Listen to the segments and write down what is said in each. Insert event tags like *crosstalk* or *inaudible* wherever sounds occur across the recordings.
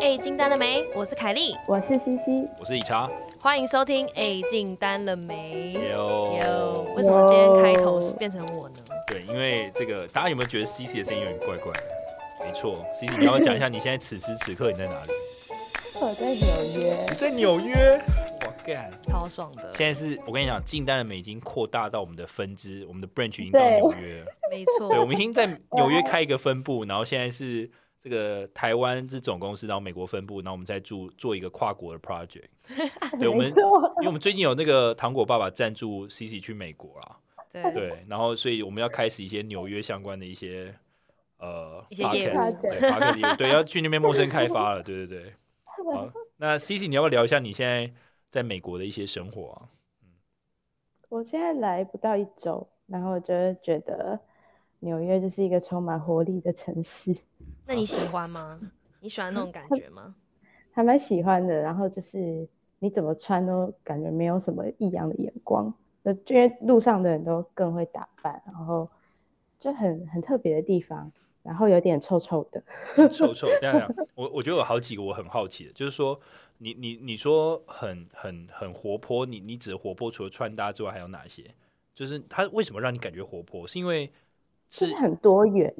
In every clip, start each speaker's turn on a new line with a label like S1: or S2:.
S1: 哎，进单了没？我是凯莉，
S2: 我是西西，
S3: 我是以茶。
S1: 欢迎收听。哎，进单了没？
S3: 有
S1: 有，为什么今天开
S2: 哦
S1: 头是变成我呢？
S3: 对，因为这个大家有没有觉得 C C 的声音有点怪怪的？没错，C C，你要不要讲一下你现在此时此刻你在哪里？
S2: 我在纽约。
S3: *laughs* 你在纽约。我干！
S1: 超爽的，
S3: 现在是我跟你讲，进单的美已经扩大到我们的分支，我们的 branch 已经到纽约了。
S1: 没
S3: 对，我
S1: 错，
S3: 们已经在纽约开一个分部，然后现在是这个台湾是总公司，然后美国分部，然后我们再做做一个跨国的 project。对，我们
S2: 没错
S3: 因为我们最近有那个糖果爸爸赞助 CC 去美国啦，
S1: 对，
S3: 对，然后所以我们要开始一些纽约相关的一些呃
S1: 一些业务
S3: podcast，对 podcast 业务对，要去那边陌生开发了，对对对。好，那 CC 你要不要聊一下你现在在美国的一些生活啊？
S2: *laughs* 我现在来不到一周，然后我就觉得纽约就是一个充满活力的城市，
S1: 那你喜欢吗？你喜欢那种感觉
S2: *laughs*
S1: 吗？
S2: 还蛮喜欢的。然后就是你怎么穿都感觉没有什么异样的眼光，呃因为路上的人都更会打扮，然后就很很特别的地方，然后有点臭臭的。
S3: 臭臭，等一下等一下，我我觉得有好几个我很好奇的，就是说你你你说很很很活泼，你你指的活泼除了穿搭之外还有哪些？就是它为什么让你感觉活泼？是因为
S2: 就是是很多元，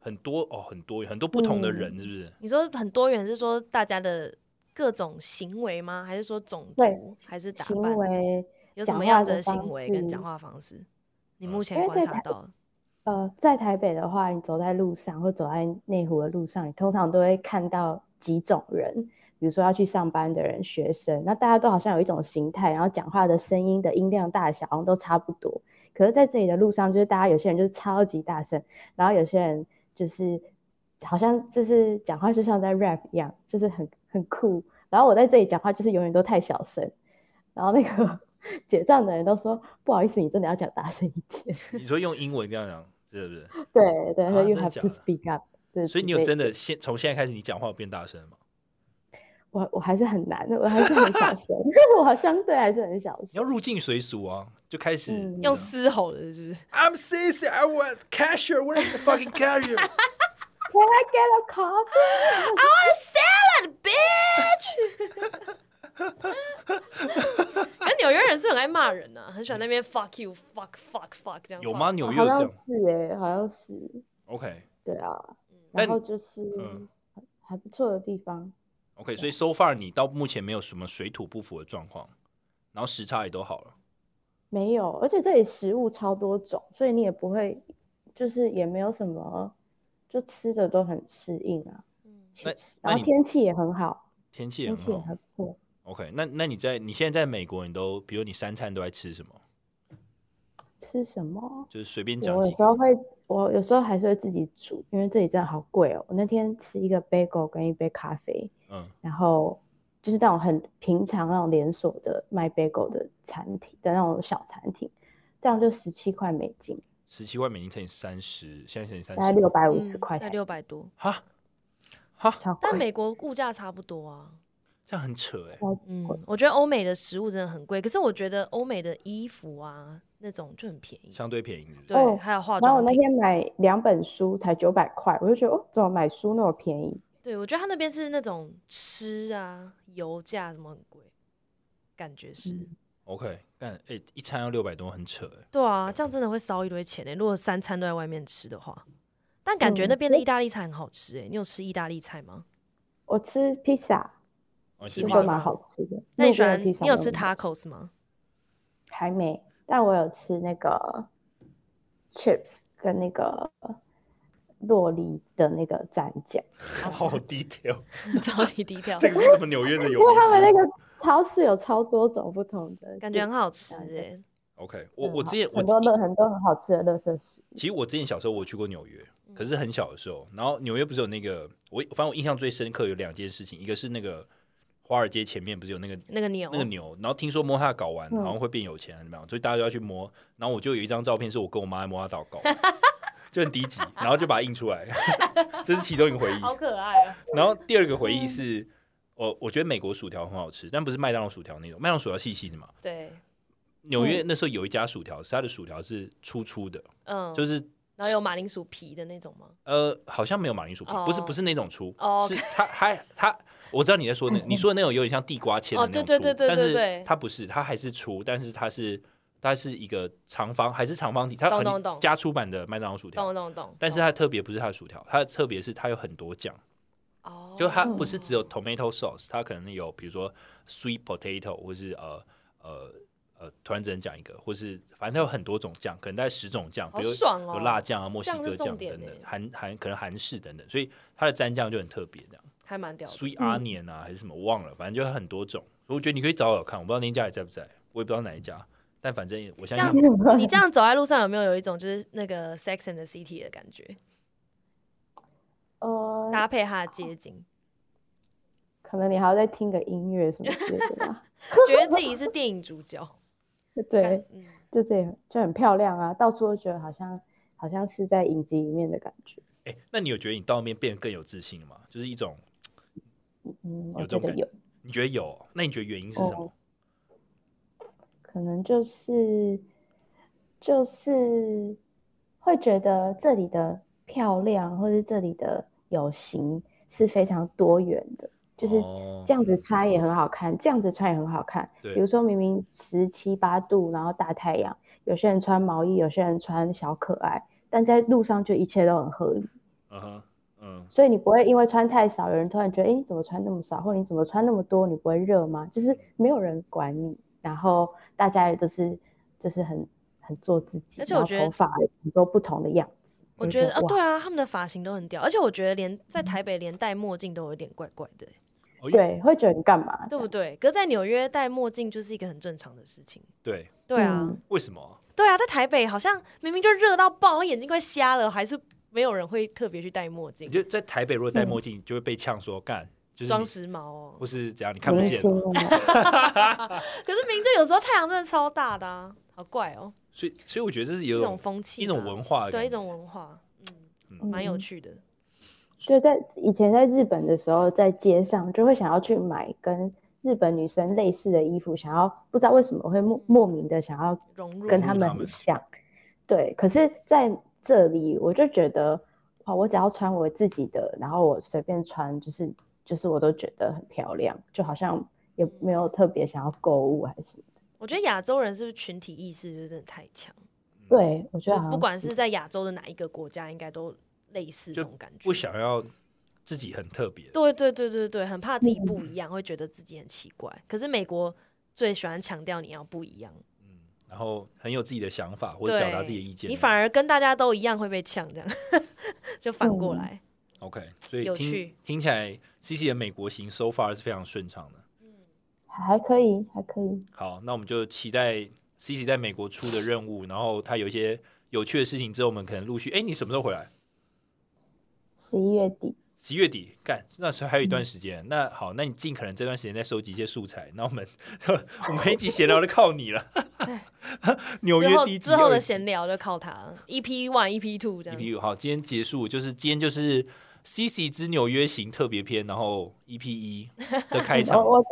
S3: 很多哦，很多很多不同的人，
S2: 嗯
S3: 是不是？
S1: 你说很多元是说大家的各种行为吗？还是说种
S2: 对
S1: 族？还是打
S2: 行
S1: 扮？
S2: 为
S1: 有什么
S2: 讲
S1: 样
S2: 话
S1: 子
S2: 的
S1: 的行
S2: 方
S1: 为跟
S2: 式
S1: 讲话方式？你
S3: 嗯
S1: 目
S2: 因
S1: 前
S2: 为
S1: 观
S2: 在
S1: 察
S2: 台
S1: 到的，
S2: 呃，在台北的话，你走在路上或走在内湖的路上，你通常都会看到几种人，比如说要去上班的人、学生，那大家都好像有一种形态，然后讲话的声音的音量大小好像都差不多。可是，在这里的路上，就是大家有些人就是超级大声，然后有些人就是好像就是讲话就像在 rap 一样，就是很很酷。然后我在这里讲话就是永远都太小声，然后那个 *laughs* 结账的人都说不好意思，你真的要讲大声一点。
S3: 你说用英文这样讲，是不是？
S2: 对对，
S3: 啊
S2: 所以 you
S3: 真的
S2: have
S3: 假
S2: to
S3: 的
S2: speak up 对。
S3: 所以你有真
S2: 的，
S3: 的现从现在开始，你讲话有变大声吗？
S2: 我我还是很难，我还是很
S3: *laughs*
S2: 小声，我好相对还是很小
S3: 你要
S2: 声。
S3: 入境随俗啊，就开始
S2: 嗯
S3: 你
S1: 用
S3: 知
S1: 嘶
S3: 道
S1: 吼的，是不是？
S3: I'm CC, I want cashier, where's the fucking cashier？ *laughs*
S2: Can I get a coffee？
S1: Salad bitch 。那哎纽约人是不是很爱骂人啊，很喜欢那边 fuck you fuck fuck fuck 这样。
S3: 嗯有吗？？纽约有
S2: 好
S3: 这
S2: 像
S3: 样
S2: 是耶，好像是，
S3: ？OK
S2: 对啊。
S3: 但
S2: 然后就是
S3: 嗯
S2: 还还不错的地方，
S3: OK，所以 so far 你到目前没有什么水土不服的状况，然后时差也都好了。
S2: 没有，而且这里食物超多种，所以你也不会，就是也没有什么，就吃的都很适应啊。
S1: 嗯
S2: 其
S3: 那
S2: 实
S3: 那
S2: 然后
S3: 你
S2: 天气也很好，
S3: 天气也
S2: 天气也
S3: 很好
S2: 还。不错。
S3: OK，那那你在你现在在美国，你都比如你三餐都在吃什么？
S2: 吃什么？
S3: 就是随便讲
S2: 我有
S3: 几
S2: 时
S3: 个
S2: 候会，我有时候还是会自己煮，因为这里真的好贵哦。我那天吃一个 bagel 跟一杯咖啡，
S3: 嗯，
S2: 然后就是那种很平常那种连锁的卖 bagel 的餐厅的那种小餐厅，这样就十七块美金，
S3: 十七万美金乘以三十，现在乘以三
S2: 大概
S3: 十，
S2: 六百五十块
S1: 那
S2: 台
S1: 嗯
S2: 币，
S1: 六百多。
S3: 哈哈，
S2: 超
S1: 但
S2: 贵
S1: 美国物价差不多啊。
S3: 这样很扯哎、
S2: 超
S1: 嗯
S2: 贵，
S1: 我觉得欧美的食物真的很贵，可是我觉得欧美的衣服啊那种就很便宜。
S3: 相对便宜是不是。
S1: 对，还有化
S2: 哦然后我
S1: 妆
S2: 那
S1: 品。
S2: 天买两本书才九百块，我就觉得哦，怎么买书那么便宜？
S1: 对，我觉得他那边是那种吃啊、油价什么很贵，感觉是。
S2: 嗯
S3: OK，但哎、欸一餐要六百多，很扯哎、
S1: 对啊，这样真的会烧一堆钱呢、欸如果三餐都在外面吃的话，但感觉
S2: 嗯
S1: 那边的意大利菜很好吃哎、你有吃意大利菜吗？
S2: 我吃披萨
S3: 哦，你吃
S2: 也
S3: 披
S1: 喜欢
S2: 会
S3: 萨
S1: 吗
S2: 蛮好吃的，
S1: 那你
S2: 路
S1: 喜
S2: 边的
S1: 欢
S2: 披萨
S1: 你有
S2: 都
S1: 吃
S2: 很好
S1: tacos 吗？ *laughs*
S2: 还没，但我有吃那个 chips 跟那个洛丽的那个蘸酱，
S3: *laughs* 好
S2: *laughs*
S3: 低调，
S1: 超级低调，
S3: 这个是什么纽约的有
S2: 因为他们那
S3: 名词
S2: 个超市有超多种不同的，
S1: 感觉很好吃哎、
S3: ？OK，我
S2: 嗯
S3: 我
S2: 好
S3: 之前我
S2: 很多乐很多很好吃的乐色食物，
S3: 其实我之前小时候我去过纽约，
S2: 嗯
S3: 可是很小的时候，然后纽约不是有那个我反正我印象最深刻有两件事情，一个是那个华尔街前面不是有那个
S1: 那个牛，
S3: 那个牛，然后听说摸它的睾丸
S2: 嗯
S3: 好像会变有钱，还是怎么样，所以大家都要去摸。然后我就有一张照片是我跟我妈在摸它的睾丸，就很低级，然后就把它印出来， *laughs* 这是其中一个回忆。
S1: 好可爱啊！
S3: 然后第二个回忆
S2: 嗯
S3: 是，我、我觉得美国薯条很好吃，但不是麦当劳薯条那种，麦当劳薯条细细的嘛。
S1: 对，
S3: 纽约那时候有一家薯条，是它的薯条是粗粗的，
S1: 嗯，
S3: 就是是
S1: 然后有马铃薯皮的那种吗？
S3: 呃，好像没有马铃薯皮，不是
S1: 哦
S3: 不是那种粗
S1: 哦，
S3: 是它它它，我知道你
S1: *laughs*
S3: 在说那，你说的那种有点像地瓜切的
S1: 哦
S3: 那种粗
S1: 对，对对对对
S3: 但
S1: 对
S3: 是它不是，它还是粗，但是它是它是一个长方，还是长方体，它
S1: 懂
S3: 很
S1: 懂懂
S3: 加粗版的麦当劳薯条，
S1: 懂懂懂。
S3: 啊但是它特别不是它的薯条，它的特别是它有很多酱，
S1: 哦，
S3: 就
S2: 嗯
S3: 它不是只有 tomato sauce，它可能有比如说 sweet potato 或是呃呃呃，突然只能讲一个，或是反正它有很多种酱，可能大概十种酱，
S1: 好
S3: 比如
S1: 爽哦
S3: 有辣酱啊、墨西
S1: 酱是
S3: 哥
S1: 重
S3: 酱
S1: 点
S3: 等等
S1: 欸，
S3: 韩韩可能韩式等等，所以它的蘸酱就很特别，这样
S1: 还蛮屌的。
S3: sweet
S2: 嗯
S3: onion 啊还是什么我忘了，反正就有很多种。我觉得你可以找找看，我不知道那一家还在不在，我也不知道哪一家，但反正我相
S1: 这样
S3: 信
S1: *laughs* 你这样走在路上，有没有有一种就是那个 Sex and the City 的感觉？
S2: *laughs* 呃，
S1: 搭配它的街景，
S2: 可能你还要再听个音乐什么之类的
S1: *laughs*
S2: 吧。
S1: 觉得自己是电影主角。
S2: 对，
S1: 嗯，
S2: 就这也就很漂亮啊，到处都觉得好像好像是在影集里面的感觉。
S3: 哎、那你有觉得你到那边变得更有自信了吗？就是一种
S2: 嗯，
S3: 有
S2: 我
S3: 这
S2: 觉
S3: 种
S2: 得
S3: 感觉
S2: 有，
S3: 你觉得有哦，那你觉得原因是什么？
S2: 哦可能就是就是会觉得这里的漂亮，或是这里的有型是非常多元的，就是
S3: 哦
S2: 这样子穿也很好看，这样子穿也很好看。
S3: 对
S2: 比如说明明十七八度，然后大太阳，有些人穿毛衣，有些人穿小可爱，但在路上就一切都很合理。
S3: 嗯哼，嗯，
S2: 所以你不会因为穿太少，有人突然觉得，哎，你怎么穿那么少，或者你怎么穿那么多，你不会热吗？就是没有人管你，然后大家也都是就是很很做自己，
S1: 而且
S2: 然
S1: 我
S2: 后
S1: 觉得
S2: 头发有很多不同的样子。
S1: 我
S2: 就
S1: 觉得啊，
S2: 哇
S1: 对啊，他们的发型都很屌，而且我觉得连在台北连戴墨镜都有点怪怪的欸、
S3: 哦
S2: 对，会觉得你干嘛？
S1: 对不对？可是在纽约戴墨镜就是一个很正常的事情。
S3: 对，
S1: 对啊，
S2: 嗯
S3: 为什么啊？
S1: 对啊，在台北好像明明就热到爆，我眼睛快瞎了，还是没有人会特别去戴墨
S3: 你
S1: 镜，
S3: 觉得在台北如果戴墨镜，就会被呛说干，就是
S1: 装
S3: 你
S1: 时髦哦
S3: 或。是怎样，你看
S2: 有
S3: 不
S2: 人
S3: 见
S2: 说
S3: 嘛。
S2: 啊
S1: 可是明明就有时候太阳真的超大的啊，好怪哦，
S3: 所以，所以我觉得这是
S1: 一
S3: 有
S1: 种风气吧，啊
S3: 一种文化的感觉，
S1: 对一种文化，嗯，蛮有
S2: 嗯
S1: 趣的。
S2: 就在以前在日本的时候，在街上就会想要去买跟日本女生类似的衣服，想要不知道为什么会莫莫名的想要
S1: 融入
S2: 跟
S3: 入
S2: 他
S3: 他
S2: 们
S3: 们
S2: 很像。对，可是在这里我就觉得，哇，我只要穿我自己的，然后我随便穿，就是就是我都觉得很漂亮，就好像也没有特别想要购物还是。
S1: 我觉得亚洲人是不是群体意识就是真的太强？
S3: 嗯，
S2: 对，啊我
S1: 就
S2: 觉得好像
S1: 不管是在亚洲的哪一个国家，应该都类似这
S3: 就
S1: 种感觉。
S3: 不想要自己很特别。
S1: 对对对对对，很怕自己不一样，会觉得自己很奇怪。可是美国最喜欢强调你要不一样，
S3: 嗯，然后很有自己的想法或者
S1: 对，
S3: 表达自己的意见。
S1: 你反而跟大家都一样会被呛，这样 *laughs* 就反过
S2: 嗯
S1: 来。
S3: OK，所以
S1: 有
S3: 听
S1: 趣
S3: 听起来 C C 的美国行 so far 是非常顺畅的。
S2: 还可以，还可以。
S3: 好，那我们就期待 C C 在美国出的任务，然后他有一些有趣的事情之后，我们可能陆续。哎，你什么时候回来？
S2: 十一月底，
S3: 十月底干，那时候还有一
S1: 嗯
S3: 段时间。那好，那你尽可能这段时间再收集一些素材。那我们 *laughs* 我们一集闲聊就靠你了。 *laughs* 纽
S1: 之
S3: 约
S1: 后
S3: 第一集
S1: 之后
S3: 二
S1: 的
S3: 集
S1: 闲聊就靠他了，EP one、EP two 这
S3: EP
S1: 样。
S3: 五好，今天结束就是今天就是 CC 之纽约行特别篇，然后 EP 一的
S1: *laughs*
S3: 开场。
S2: 我我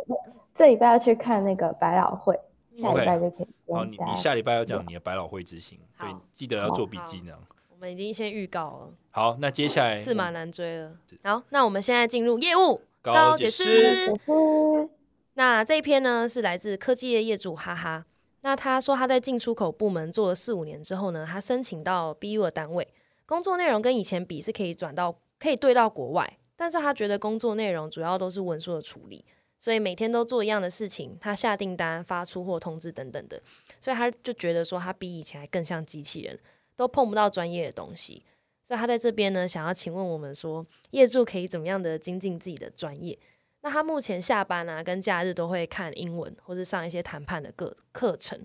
S2: 这礼拜要去看那个百老汇，下
S3: 嗯 OK
S2: 礼拜就可以
S3: 好，
S2: 跟
S3: 你
S2: 大
S3: 你
S2: 家
S3: 下礼拜要讲你的百老汇之行，对
S1: 好，
S3: 记得要做笔
S1: 好
S3: 记那样。
S1: 我们已经先预告了，
S3: 好，那接下来
S1: 驷马难追了。好，那我们现在进入业务
S3: 高解
S1: 解
S3: 释
S2: 我是
S1: 那这一篇呢是来自科技业业主哈哈。那他说他在进出口部门做了四五年之后呢，他申请到 BU 的单位，工作内容跟以前比是可以转到可以对到国外，但是他觉得工作内容主要都是文书的处理，所以每天都做一样的事情，他下订单、发出货通知等等的，所以他就觉得说他比以前还更像机器人，都碰不到专业的东西。所以他在这边呢，想要请问我们说，业主可以怎么样的精进自己的专业？那他目前下班啊跟假日都会看英文或是上一些谈判的课课程，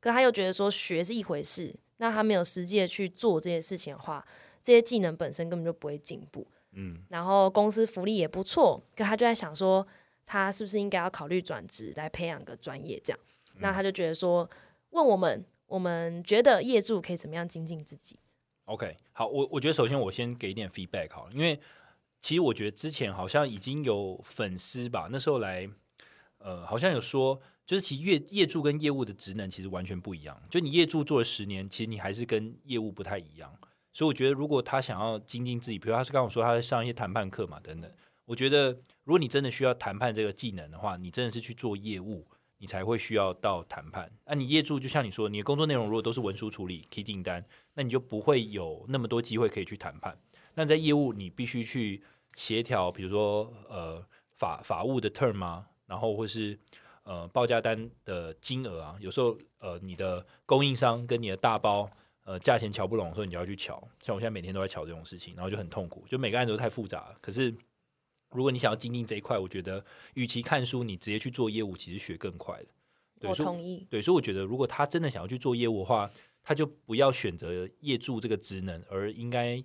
S1: 可他又觉得说学是一回事，那他没有实际的去做这些事情的话，这些技能本身根本就不会进步。
S3: 嗯，
S1: 然后公司福利也不错，可他就在想说，他是不是应该要考虑转职来培养个专业这样？那他就觉得说，问我们，我们觉得业主可以怎么样精进自己？
S3: OK，好，我我觉得首先我先给一点 feedback 好了，因为其实我觉得之前好像已经有粉丝吧，那时候来，呃，好像有说，就是其实业业助跟业务的职能其实完全不一样，就你业助做了十年，其实你还是跟业务不太一样，所以我觉得，如果他想要精进自己，比如他是刚我说他在上一些谈判课嘛，等等，我觉得如果你真的需要谈判这个技能的话，你真的是去做业务，你才会需要到谈判。那、你业主就像你说，你的工作内容如果都是文书处理、批订单，那你就不会有那么多机会可以去谈判。那在业务，你必须去协调，比如说呃法法务的 term 啊，然后或是呃报价单的金额啊，有时候呃你的供应商跟你的大包呃价钱瞧不拢的时候，你就要去瞧。像我现在每天都在瞧这种事情，然后就很痛苦，就每个案子都太复杂了。可是如果你想要精进这一块，我觉得与其看书，你直接去做业务，其实学更快的。对
S1: 我
S3: 所以
S1: 同意。
S3: 对，所以我觉得，如果他真的想要去做业务的话，他就不要选择业助这个职能，而应该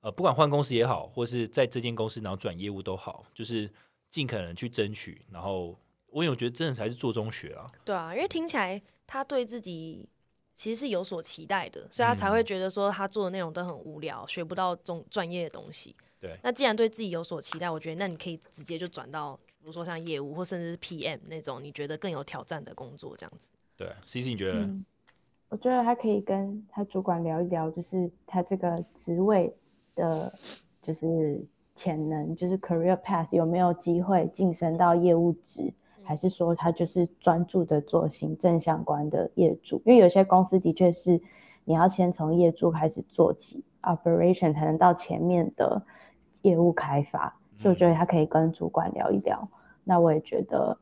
S3: 呃，不管换公司也好，或是在这间公司然后转业务都好，就是尽可能去争取。然后，我因为我觉得真的才是做中学啊，
S1: 对啊，因为听起来他对自己其实是有所期待的，所以
S3: 嗯
S1: 他才会觉得说他做的内容都很无聊，学不到中专业的东西。
S3: 对
S1: 那既然对自己有所期待，我觉得那你可以直接就转到，比如说像业务或甚至是 PM 那种你觉得更有挑战的工作这样子。
S3: 对，C 啊 C 你觉得呢？
S2: 嗯，我觉得他可以跟他主管聊一聊，就是他这个职位的，就是潜能，就是 career path 有没有机会晋升到业务职，还是说他就是专注的做行政相关的业主？因为有些公司的确是你要先从业主开始做起，operation 才能到前面的业务开发，所嗯以我觉
S3: 嗯
S2: 得他可以跟主管聊一聊。那我也觉得，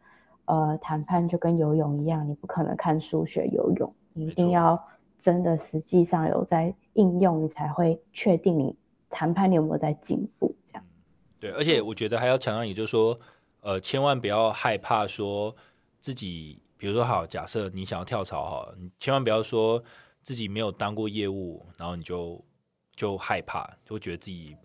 S2: 呃，谈判就跟游泳一样，你不可能看书学游泳，你一
S3: 没
S2: 定
S3: 错
S2: 要真的实际上有在应用，你才会确定你谈判你有没有在进步。这
S3: *laughs*
S2: 样，
S3: 对，而且我觉得还要强调，也就是说，呃，千万不要害怕说自己，比如说好，假设你想要跳槽好了，你千万不要说自己没有当过业务，然后你就就害怕，就觉得自己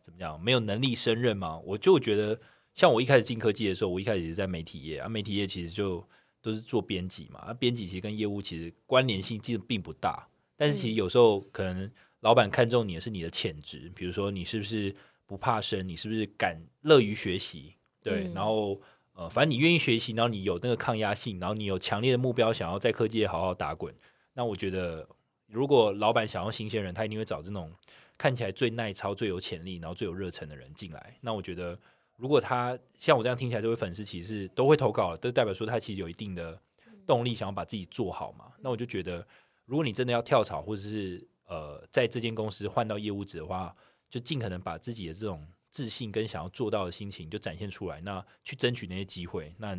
S3: 怎么讲没有能力胜任嘛。我就觉得，像我一开始进科技的时候，我一开始也是在媒体业啊，媒体业其实就都是做编辑嘛，啊，编辑其实跟业务其实关联性其实并不大，但是其实有时候可能老板看中你的是你的潜质，比如说你是不是不怕生，你是不是敢乐于学习，对，
S1: 嗯
S3: 然后呃，反正你愿意学习，然后你有那个抗压性，然后你有强烈的目标，想要在科技业好好打滚，那我觉得如果老板想要新鲜人，他一定会找这种看起来最耐操、最有潜力，然后最有热忱的人进来。那我觉得。如果他像我这样听起来，这位粉丝其实是都会投稿，都代表说他其实有一定的动力，想要把自己做好嘛。那我就觉得，如果你真的要跳槽，或者是呃，在这间公司换到业务职的话，就尽可能把自己的这种自信跟想要做到的心情就展现出来，那去争取那些机会。那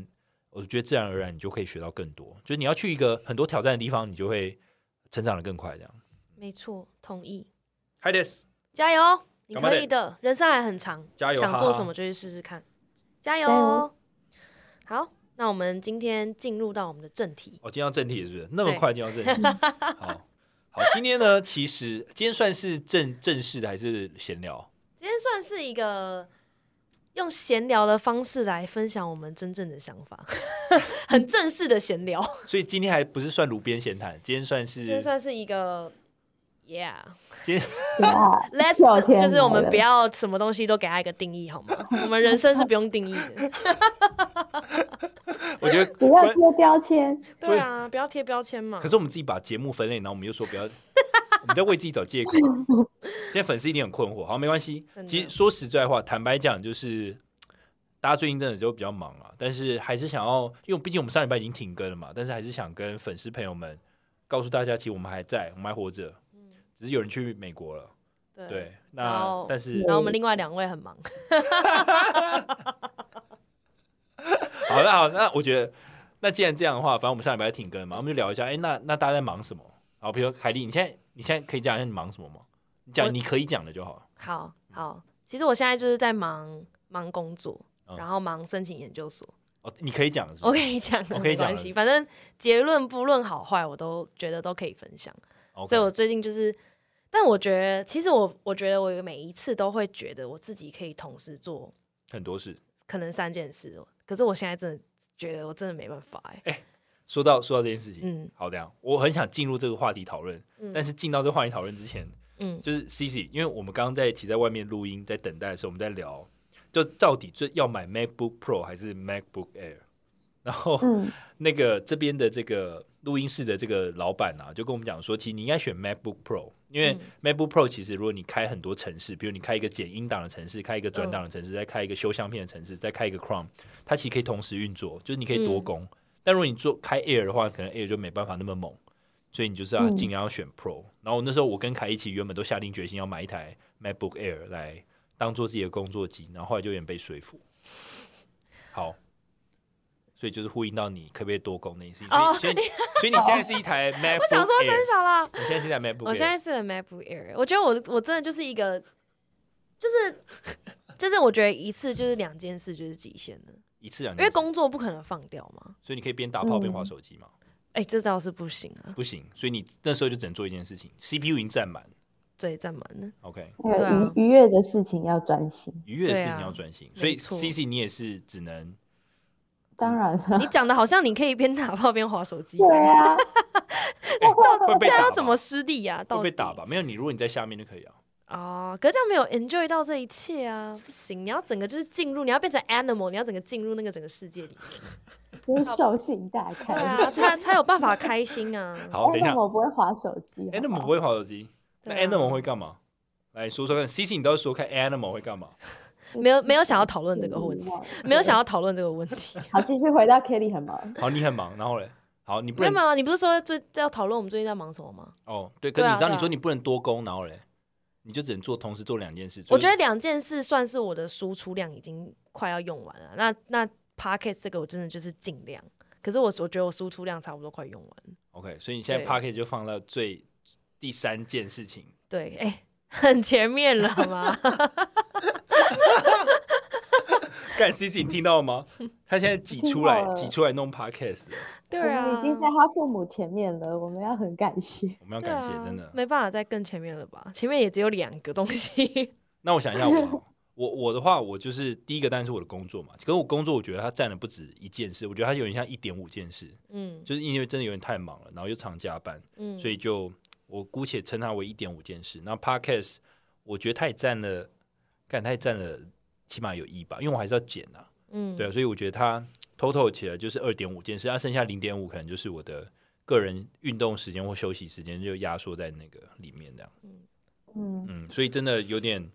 S3: 我觉得自然而然你就可以学到更多。就是你要去一个很多挑战的地方，你就会成长的更快。这样。
S1: 没错，同意，
S3: Hi this，
S1: 加油，你
S3: 干嘛
S1: 可
S3: 的
S1: 以的，人生还很长，
S3: 加油
S1: 想
S3: 哈
S1: 做
S3: 哈
S1: 什么就去试试看，加油
S2: 加
S1: 哦
S2: 油！
S1: 好，那我们今天进入到我们的正题，
S3: 哦，进到正题是不是？那么
S1: 对
S3: 快进到正题？好好，今天呢，其实今天算是正正式的还是闲聊？
S1: 今天算是一个用闲聊的方式来分享我们真正的想 *laughs* 法，很正式的闲聊，
S3: 所以今天还不是算炉边闲谈，今天算是
S1: 今天算是一个。Yeah，let's
S3: 今天 *laughs*
S2: 对啊聊天
S1: 呃就是我
S2: 好
S1: 们
S2: 了
S1: 不要什么东西都给他一个定义好 *laughs* 吗？我们人生是不用定义的，
S3: 我觉得
S2: *laughs* 不要
S3: 关，
S2: 贴标签。
S1: *laughs* 对啊，不要贴标签嘛
S3: 可。是我们自己把节目分类，然后我们又
S1: *laughs*
S3: 说不要，我们在为自己找借口。现在粉丝一定很困惑。好，没关系
S1: 真。的
S3: 其实说实在话，坦白讲，就是大家最近真的就比较忙啊，但是还是想要，因为毕竟我们上礼拜已经停更了嘛，但是还是想跟粉丝朋友们告诉大家，其实我们还在，我们还活着，只是有人去美国了。对，，
S1: 嗯然
S3: 那
S1: 后
S3: 但是
S1: 然后我们另外两位很忙，
S3: *laughs* 好，那好，那我觉得，那既然这样的话，反正我们上礼拜停更嘛，我们就聊一下，哎、那那大家在忙什么？好，比如说海丽，你现在你现在可以讲一下你忙什么吗？你
S1: 我
S3: 讲你可以讲的就好了。
S1: 好好，其实我现在就是在忙忙工作，
S3: 嗯
S1: 然后忙申请研究所。
S3: 哦，你可以讲的是不
S1: 我
S3: 是
S1: 可以讲了，
S3: 我可以
S1: 没
S3: 讲
S1: 关
S3: 了
S1: 系，反正结论不论好坏，我都觉得都可以分享。
S3: o
S1: 所以我最近就是，但我觉得其实我我觉得我每一次都会觉得我自己可以同时做
S3: 很多事。
S1: 可能三件事哦，可是我现在真的觉得我真的没办法哎、
S3: 说到说到这件事情，
S1: 嗯
S3: 好，这样我很想进入这个话题讨论，
S1: 嗯
S3: 但是进到这个话题讨论之前，
S1: 嗯，
S3: 就是 C C，因为我们刚刚在一起在外面录音，在等待的时候，我们在聊，就到底最要买 MacBook Pro 还是 MacBook Air？然后
S2: 嗯，
S3: *laughs* 那个这边的这个录音室的这个老板啊，就跟我们讲说，其实你应该选 MacBook Pro，因
S1: 嗯
S3: 为 MacBook Pro 其实如果你开很多城市，比如你开一个剪音档的城市，开一个转档的城市，再开一个修相片的城市，再开一个 Chrome，它其实可以同时运作，就是你可以多
S1: 嗯
S3: 工。但如果你做开 Air 的话，可能 Air 就没办法那么猛，所以你就是要
S2: 嗯
S3: 尽量要选 Pro。然后那时候我跟凯一奇原本都下定决心要买一台 MacBook Air 来当做自己的工作机，然后后来就有点被说服。好，所以就是呼应到你可不可以多攻那件事情。所以，
S1: 哦
S3: 所以你所以你现在是一台
S1: *laughs*
S3: MacBook，
S1: 我想说
S3: Air，
S1: 三小啦，
S3: 你现在是一台 MacBook，
S1: 我现
S3: Air
S1: 在是很 MacBook Air，我觉得我我真的就是一个，就是就是我觉得一次就是两件事就是极限的，
S3: 一次两
S1: 因为
S3: 件事，
S1: 工作不可能放掉嘛。
S3: 所以你可以边打炮边
S2: 嗯
S3: 划手机嘛？
S1: 哎、这倒是不行啊，
S3: 不行，所以你那时候就只能做一件事情，CPU 已经占满。
S1: 对，占满了。
S3: OK，
S2: 那
S1: 对啊
S2: 个愉愉悦的事情要专心，
S3: 愉悦的
S1: 对
S3: 事情
S1: 啊
S3: 要专心，所以
S1: 没错
S3: CC 你也是
S1: *laughs*
S3: 只能
S2: 当然了， *laughs*
S1: 你讲的好像你可以边打炮边划手机，
S2: 对啊，
S3: 哎会被
S1: 这样
S3: 打
S1: 要
S3: 吧
S1: 怎么失利啊？到
S3: 会
S1: 底
S3: 被打吧？没有你，如果你在下面就可以啊。
S1: 哦，可是这样没有 enjoy 到这一切啊，不行，你要整个就是进入，你要变成 animal，你要整个进入那个整个世界里，
S2: 就是兽性大
S1: 对
S2: 开。哎
S1: 啊，才才有办法开心 *laughs* 啊。
S3: *laughs* 好，等一下哎
S2: Animal 不会划手机好不
S3: ，Animal
S2: 好
S3: 不会划手机，那
S1: 对啊
S3: Animal 会干嘛？来说说看，CC 你到底说看 Animal 会干嘛？
S1: 没有没有想要讨论这个问题，没有想要讨论这个问题。
S2: 好，继续回到 Kelly 很忙，
S3: 好，你很忙，然后嘞，好，你不
S1: 没有
S3: 能
S1: 没有，你不是说最要讨论我们最近在忙什么吗？
S3: 哦，对，可
S1: 对
S3: 你
S1: 啊
S3: 刚
S1: 对
S3: 你说
S1: 啊
S3: 你不能多工，然后嘞，你就只能做同时做两件事。
S1: 我
S3: 就
S1: 觉
S3: 是
S1: 得两件事算是我的输出量已经快要用完了。那那 p o c k e t 这个我真的就是尽量，可是我我觉得我输出量差不多快用完了。
S3: OK，所以你现在
S1: 对
S3: p a c k a g e 就放到最第三件事情，
S1: 对，哎、 *laughs* 很前面了嘛。
S3: 干 C C 你听到了吗？他现在挤出来
S2: 听到了
S3: 挤出来弄 podcast，了
S1: *laughs* 对
S2: 我
S1: 啊，
S2: 们已经在他父母前面了，我们要很感谢。
S3: 我们要
S1: 对
S3: 感谢，
S1: 啊
S3: 真的。
S1: 没办法再更前面了吧？前面也只有两个东西。 *laughs*
S3: 那我想一下我好，我我的话，我就是第一个当然是我的工作嘛，可是我工作我觉得它占了不止一件事，我觉得它有点像一点五件事，
S1: 嗯
S3: 就是因为真的有点太忙了，然后又常加班，
S1: 嗯，
S3: 所以就我姑且称它为一点五件事。那 podcast 我觉得它也占了，干它也占了起码有一吧，因为我还是要剪啊，
S1: 嗯
S3: 对啊，所以我觉得它 total 起来就是二点五件事，那剩下零点五可能就是我的个人运动时间或休息时间就压缩在那个里面这样。
S2: *laughs* 嗯，
S3: 嗯，所以真的有点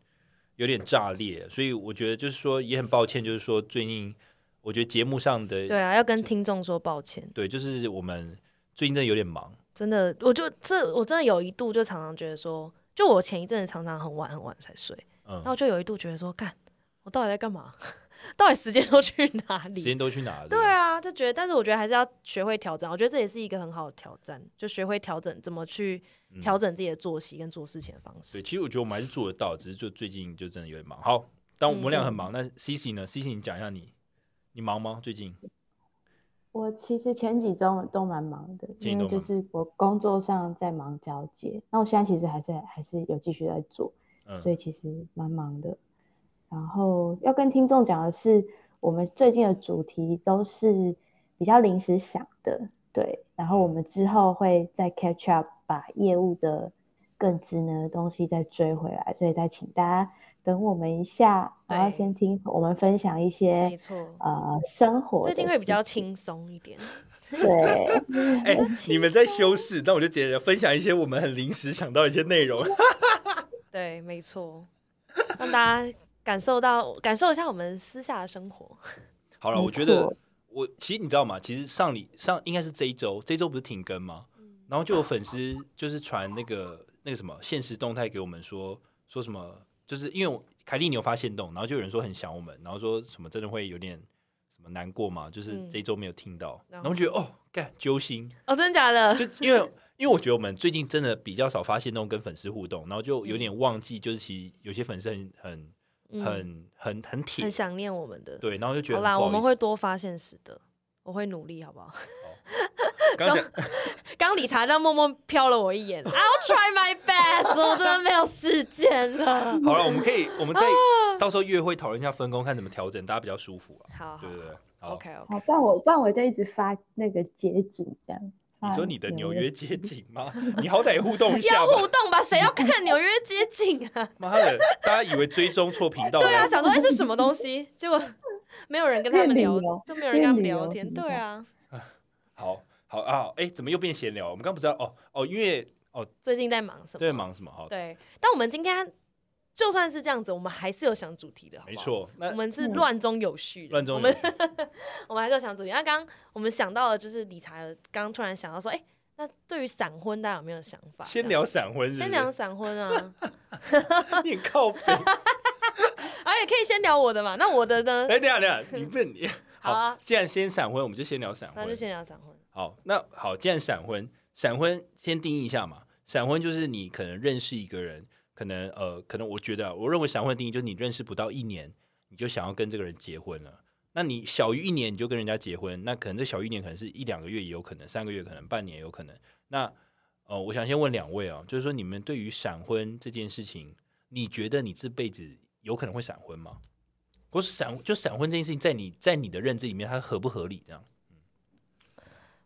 S3: 有点炸裂，所以我觉得就是说也很抱歉，就是说最近我觉得节目上的
S1: 对啊，要跟听众说抱歉。
S3: 对就是我们最近真的有点忙，
S1: 真的，我就这，我真的有一度就常常觉得说，就我前一阵子常常很晚很晚才睡，
S3: 嗯
S1: 然，后就有一度觉得说，干，我到底在干嘛？ *laughs* 到底时间都去哪
S3: 时
S1: 里？
S3: 间都去哪了？
S1: 对啊，就觉得，但是我觉得还是要学会调整，我觉得这也是一个很好的挑战，就学会调整怎么去
S3: 嗯
S1: 调整自己的作息跟做事情的方
S3: 对，
S1: 式。
S3: 其实我觉得我们还是做得到，只是就最近就真的有点忙。好，但我
S1: 嗯
S3: 们俩很忙，那 C C 呢？C C 你讲一下你，你忙吗？最近
S2: 我其实前几周都蛮忙的，
S3: 前几
S2: 因
S3: 周
S2: 为就
S3: 忙
S2: 是我工作上在忙交接，那我现在其实还是还是有继续在做，
S3: 嗯
S2: 所以其实蛮忙的。然后要跟听众讲的是，我们最近的主题都是比较临时想的，对。然后我
S1: 嗯
S2: 们之后会再 catch up，把业务的更职能的东西再追回来，所以再请大家等我们一下，然后
S1: 对
S2: 先听我们分享一些
S1: 没错，
S2: 呃生活
S1: 最近
S2: 的
S1: 会比
S2: 事
S1: 较
S2: 情，
S1: 轻松一点。 *laughs*
S2: 对。
S3: 哎、你们在修饰，那我就直接分享一些我们很临时想到一些内容。
S1: 对，没错，让大家感受到感受一下我们私下的生活。 *laughs*
S3: 好了，
S2: 没
S3: 我觉得
S2: 错
S3: 我其实你知道吗？其实上礼上应该是这一周，这一周不是停更吗？然后就有粉丝就是传那个那个什么现实动态给我们说说什么，就是因为我凯莉你有发现动，然后就有人说很想我们，然后说什么真的会有点什么难过嘛，就是
S1: 嗯
S3: 这一周没有听到，
S1: 然
S3: 然
S1: 后
S3: 后觉得哦干揪心，
S1: 哦，真的假的？
S3: 就因为因为我觉得我们最近真的比较少发现动跟粉丝互动，然后就有点忘记，就是其实有些粉丝很很
S1: 嗯
S3: 很很很铁
S1: 很，想念我们的。
S3: 对，然后就觉得
S1: 好
S3: 很
S1: 啦，
S3: 不
S1: 我
S3: 好
S1: 们
S3: 意
S1: 会
S3: 思
S1: 多发现实的，我会努力，好不好？ *laughs*
S3: 刚讲
S1: 刚理查这样默默瞟了我一眼，I'll try my best，我 *laughs* 真的没有时间了。
S3: 好了，我们可以，我们再
S1: 啊
S3: 到时候约会讨论一下分工，看怎么调整，大家比较舒服啊，
S1: 好好
S3: 对不对？好，
S1: ，OK OK，
S2: 哦好，不然我不然我就一直发那个街景这样。
S3: 你
S2: 发
S3: 说你的纽
S2: 约
S3: 约街景吗？ *laughs* 你好歹也互动一下
S1: 嗯要
S3: 吧
S1: 互。动吧？谁要看纽约街景啊？
S3: *laughs* 妈的，大家以为追踪错频
S1: *laughs*
S3: 道
S1: 对啊，
S3: 了，
S1: 想说哎、这是什么东西？结果没有人跟他们聊
S2: 因为旅游，
S1: 都没有人跟他们聊
S2: 因
S1: 天。
S2: 为旅游
S1: 对啊，
S3: 好好啊，哎，怎么又变闲聊？我们刚不知道哦哦，因为
S1: 最近在忙什么？
S3: 在忙什么？好，
S1: 对，但我们今天就算是这样子，我们还是有想主题的，好不
S3: 没
S1: 好，
S3: 错，那
S1: 我们是
S2: 嗯
S1: 乱中有序的，
S3: 乱
S1: 我
S3: 中有
S1: 们
S3: 序
S1: *laughs* 我们还是有想主题。那刚刚我们想到的就是理财，刚刚突然想到说，哎、那对于闪婚大家有没有想法？
S3: 先
S1: 这样
S3: 聊闪婚是
S1: 先
S3: 不
S1: 聊
S3: 是？
S1: 闪婚啊，
S3: *laughs*
S1: *laughs*
S3: 你很靠北，
S1: 啊也可以先聊我的嘛。那我的呢？
S3: 哎，等一下等一下，你问你
S1: 好啊，
S3: 既然先闪婚，我们就先聊闪
S1: 那
S3: 婚
S1: 就。先聊闪婚。
S3: 好，那好，既然闪婚，闪婚先定义一下嘛。闪婚就是你可能认识一个人，可能呃，可能我觉得啊我认为闪婚的定义就是你认识不到一年，你就想要跟这个人结婚了。那你小于一年你就跟人家结婚，那可能这小于一年可能是一两个月也有可能，三个月可能，半年也有可能。那呃，我想先问两位啊，就是说你们对于闪婚这件事情，你觉得你这辈子有可能会闪婚吗？不是闪，就闪婚这件事情，在你在你的认知里面，它合不合理？这样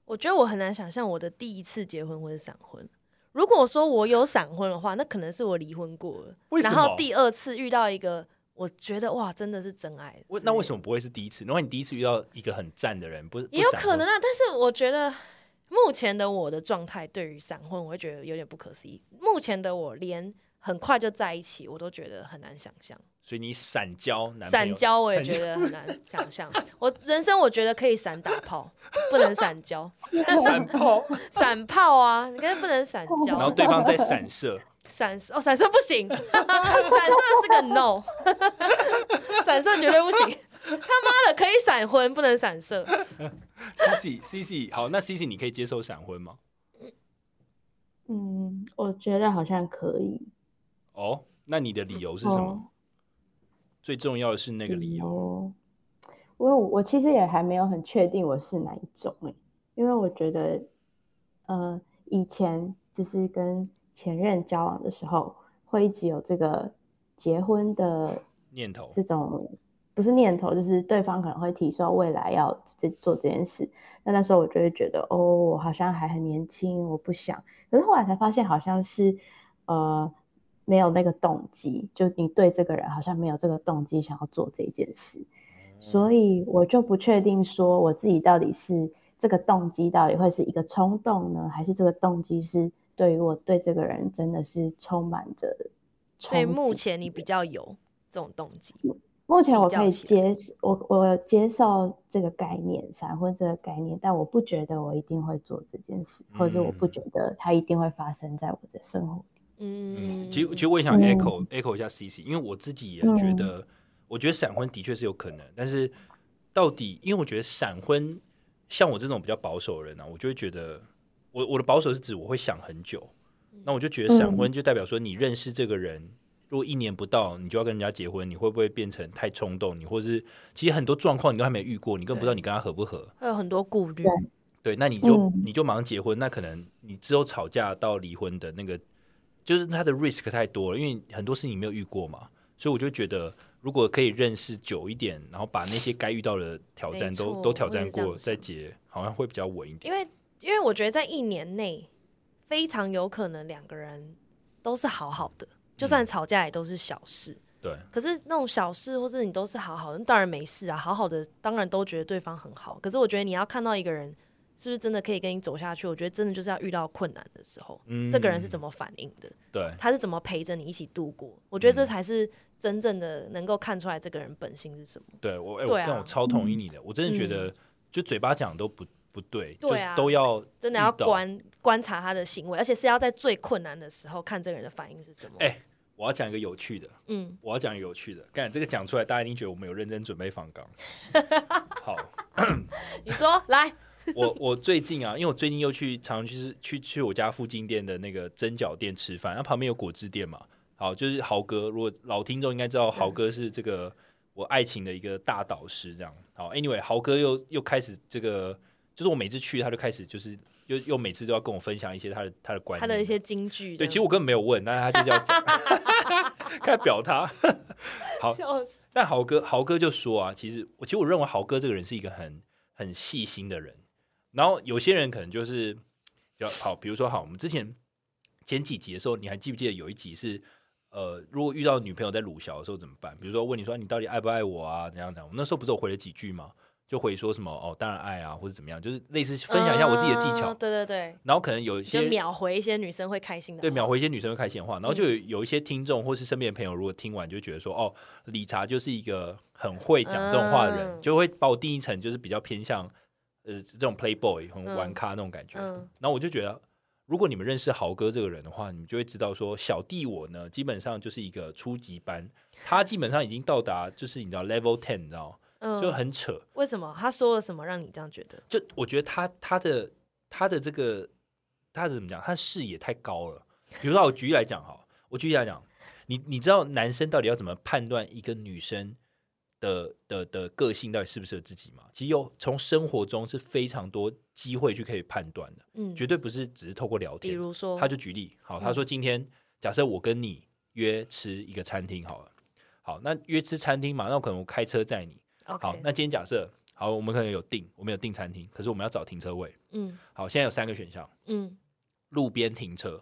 S1: 我觉得我很难想象我的第一次结婚或者闪婚。如果说我有闪婚的话，那可能是我离婚过了，
S3: 为什
S1: 然
S3: 么
S1: 后第二次遇到一个，我觉得哇，真的是真爱。
S3: 为那为什
S1: 么？
S3: 么不会是第一次？如果你第一次遇到一个很赞的人，不是
S1: 也有可能啊，但是我觉得目前的我的状态对于闪婚，我会觉得有点不可思议。目前的我连很快就在一起，我都觉得很难想象。
S3: 所以你闪交男朋友
S1: 闪交我也
S3: 闪
S1: 觉得很难想象。我人生我觉得可以闪打炮，不能闪
S3: *laughs*
S1: 交，
S3: 闪炮，
S1: 闪炮啊，你跟不能闪交。
S3: 然后对方在
S1: *laughs*
S3: 闪射，
S1: 闪射哦，闪射不行，闪射是个
S3: *laughs*
S1: no，闪射绝对不行。他妈的，可以闪婚，不能闪射。
S3: c c c c 好，那 c c 你可以接受闪婚吗？
S2: *laughs* 嗯，我觉得好像可以。
S3: 哦，那你的理由是什么？
S2: 哦
S3: 最重要的是那个理由，
S2: 由。我有我其实也还没有很确定我是哪一种哎、因为我觉得，呃，以前就是跟前任交往的时候，会一直有这个结婚的
S3: 念头
S2: 这种不是念头，就是对方可能会提说未来要这做这件事。那那时候我就会觉得，哦，我好像还很年轻，我不想。可是后来才发现，好像是呃没有那个动机，就你对这个人好像没有这个动机想要做这件事，
S3: 嗯
S2: 所以我就不确定说我自己到底是这个动机到底会是一个冲动呢，还是这个动机是对于我对这个人真的是充满着憧憬。
S1: 所以目前你比较有这种动机，
S2: 目前我
S1: 比较
S2: 可以
S1: 起
S2: 接受，我我接受这个概念，闪婚这个概念，但我不觉得我一定会做这件事，或者是我不
S3: 嗯
S2: 觉得它一定会发生在我的生活里。
S1: 嗯，
S3: 嗯，其实其实我也想 echo、echo 一下 C C，因为我自己也觉得，我觉得闪婚的确是有可能，但是到底，因为我觉得闪婚，像我这种比较保守的人呢、啊，我就会觉得，我我的保守是指我会想很久，那我就觉得闪婚就代表说你认识这个人。如果一年不到，你就要跟人家结婚，你会不会变成太冲动？你或是其实很多状况你都还没遇过，你根本不知道你跟他合不合。
S1: 会有很多顾虑，
S3: 对，那你就、
S2: 嗯
S3: 你就马上结婚，那可能你之后吵架到离婚的那个，就是他的 risk 太多了，因为很多事情你没有遇过嘛，所以我就觉得如果可以认识久一点，然后把那些该遇到的挑战
S1: 没
S3: 都
S1: 错
S3: 都挑
S1: 我
S3: 战
S1: 也是这样
S3: 过，再结好像会比较稳一点。
S1: 因为因为我觉得在一年内非常有可能两个人都是好好的，就算吵架也都是小事。
S3: 对，
S1: 可是那种小事，或是你都是好好的，当然没事啊，好好的当然都觉得对方很好。可是我觉得你要看到一个人是不是真的可以跟你走下去，我觉得真的就是要遇到困难的时候，
S3: 嗯
S1: 这个人是怎么反应的，
S3: 对，
S1: 他是怎么陪着你一起度过，我觉得这才是真正的能够看出来这个人本性是什么。
S3: 对我哎、
S1: 对
S3: 我
S1: 啊嗯
S3: 但我超同意你的，我真的觉得就嘴巴讲都不不对，
S1: 对啊
S3: 就是都要
S1: 真的要
S3: 遇到
S1: 观观察他的行为，而且是要在最困难的时候看这个人的反应是什么。
S3: 哎我要讲一个有趣的，
S1: 嗯，
S3: 我要讲有趣的，干这个讲出来，大家一定觉得我们有认真准备访纲。 *laughs* 好，
S1: 你说来，
S3: 我我最近啊，因为我最近又去常常去吃去去我家附近店的那个蒸饺店吃饭，那旁边有果汁店嘛。好，就是豪哥，如果老听众应该知道，豪哥是这个
S1: 嗯
S3: 我爱情的一个大导师，这样。好，anyway，豪哥又又开始这个，就是我每次去他就开始就是又又每次都要跟我分享一些他的他的观念，
S1: 他的一些啊金句这
S3: 啊对，
S1: 样，
S3: 其实我根本没有问，但是他就是要讲， *laughs* 开始表他。好
S1: 笑死，
S3: 但豪哥，豪哥就说啊，其实我其实我认为豪哥这个人是一个很很细心的人。然后有些人可能就是比较好，比如说好，我们之前前几集的时候，你还记不记得有一集是呃，如果遇到女朋友在鲁小的时候怎么办？比如说问你说你到底爱不爱我啊？怎样怎样？我那时候不是我回了几句吗？就回说什么哦，当然爱啊，或者怎么样，就是类似分享一下我自己的技巧。
S1: 嗯对对对，
S3: 然后可能有一
S1: 就
S3: 些
S1: 秒回一些女生会开心的话，
S3: 对，秒回一些女生会开心的话，然后
S1: 嗯
S3: 就有有一些听众或是身边的朋友，如果听完就觉得说，哦，理查就是一个很会讲这种话的人，
S1: 嗯
S3: 就会把我定义成就是比较偏向呃这种 playboy 很
S1: 嗯
S3: 玩咖那种感觉。
S1: 嗯
S3: 然后我就觉得，如果你们认识豪哥这个人的话，你们就会知道说，小弟我呢基本上就是一个初级班，他基本上已经到达就是你知道 level ten，你知道
S1: 嗯，
S3: 就很扯。
S1: 为什么他说了什么让你这样觉得？
S3: 就我觉得他他的他的这个他的怎么讲，他的视野太高了。比如说，我举例来讲哈，我举例来讲，你你知道男生到底要怎么判断一个女生的的的个性到底适不适合自己吗？其实有从生活中是非常多机会去可以判断的，
S1: 嗯，
S3: 绝对不是只是透过聊
S1: 比
S3: 天。
S1: 如说，
S3: 他就举例，好，他说今天假设我跟你约吃一个餐厅好了，好，那约吃餐厅嘛，那我可能我开车载你，
S1: OK，
S3: 好，那今天假设好，我们可能有订，我们有订餐厅，可是我们要找停车位。
S1: 嗯
S3: 好，现在有三个选项：
S1: 嗯
S3: 路边停车。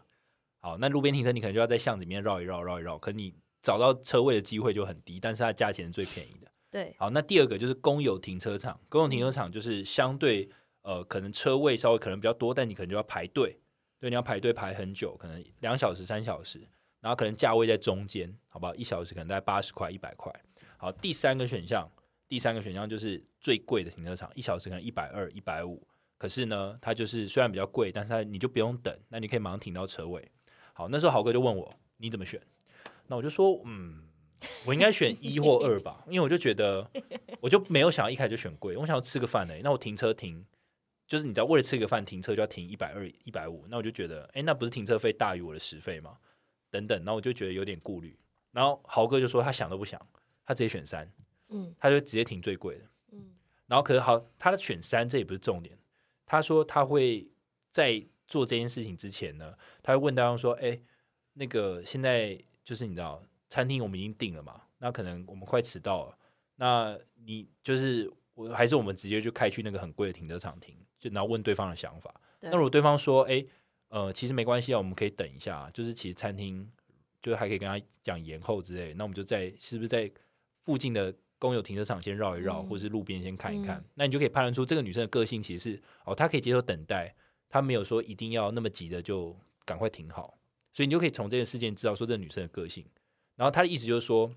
S3: 好，那路边停车你可能就要在巷子里面绕一绕，绕一绕，可你找到车位的机会就很低，但是它的价钱是最便宜的。
S1: 对，
S3: 好，那第二个就是公有停车场，公有停车场就是相对呃，可能车位稍微可能比较多，但你可能就要排队，对，你要排队排很久，可能两小时、三小时，然后可能价位在中间，好不好？一小时可能大概八十块、一百块。好，第三个选项，第三个选项就是最贵的停车场，一小时可能一百二、一百五，可是呢，它就是虽然比较贵，但是它你就不用等，那你可以马上停到车位。好，那时候豪哥就问我你怎么选，那我就说嗯。我应该选一或二吧，因为我就觉得，我就没有想要一开始就选贵，我想要吃个饭呢、那我停车停，就是你知道，为了吃个饭停车就要停一百二、一百五，那我就觉得，哎、那不是停车费大于我的时费吗？等等，那我就觉得有点顾虑。然后豪哥就说他想都不想，他直接选三，
S1: 嗯
S3: 他就直接停最贵的。
S1: 嗯
S3: 然后可是好，他的选三这也不是重点。他说他会在做这件事情之前呢，他会问对方说：“哎，那个现在就是你知道，餐厅我们已经订了嘛，那可能我们快迟到了，那你就是我还是我们直接就开去那个很贵的停车场停，就然后问对方的想法。
S1: 对
S3: 那如果对方说：哎，呃，其实没关系啊，我们可以等一下，就是其实餐厅就是还可以跟他讲延后之类，那我们就在是不是在附近的公有停车场先绕一绕，
S1: 嗯
S3: 或是路边先看一看，
S1: 嗯
S3: 那你就可以判断出这个女生的个性其实是哦，她可以接受等待，她没有说一定要那么急着就赶快停好，所以你就可以从这件事件知道说这个女生的个性。然后她的意思就是说，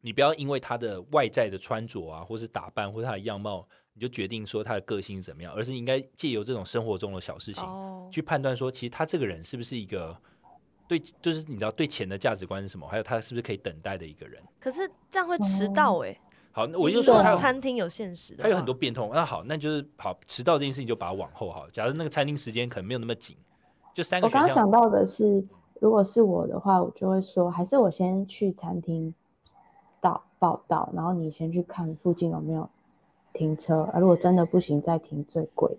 S3: 你不要因为她的外在的穿着啊，或是打扮，或是她的样貌，你就决定说她的个性是怎么样，而是你应该借由这种生活中的小事情，
S1: 哦，
S3: 去判断说，其实他这个人是不是一个对，就是你知道对钱的价值观是什么，还有他是不是可以等待的一个人。
S1: 可是这样会迟到哎，
S3: 好，那我就
S1: 如
S3: 说
S1: 果
S3: 他有
S1: 餐厅有限时的话，
S3: 他有很多变通。那好，那就是好迟到这件事情就把它往后好了。假如那个餐厅时间可能没有那么紧，就三个
S2: 我
S3: 选
S2: 刚刚
S3: 项
S2: 想。到的是，如果是我的话，我就会说，还是我先去餐厅到报到，然后你先去看附近有没有停车，啊，如果真的不行，再停最贵。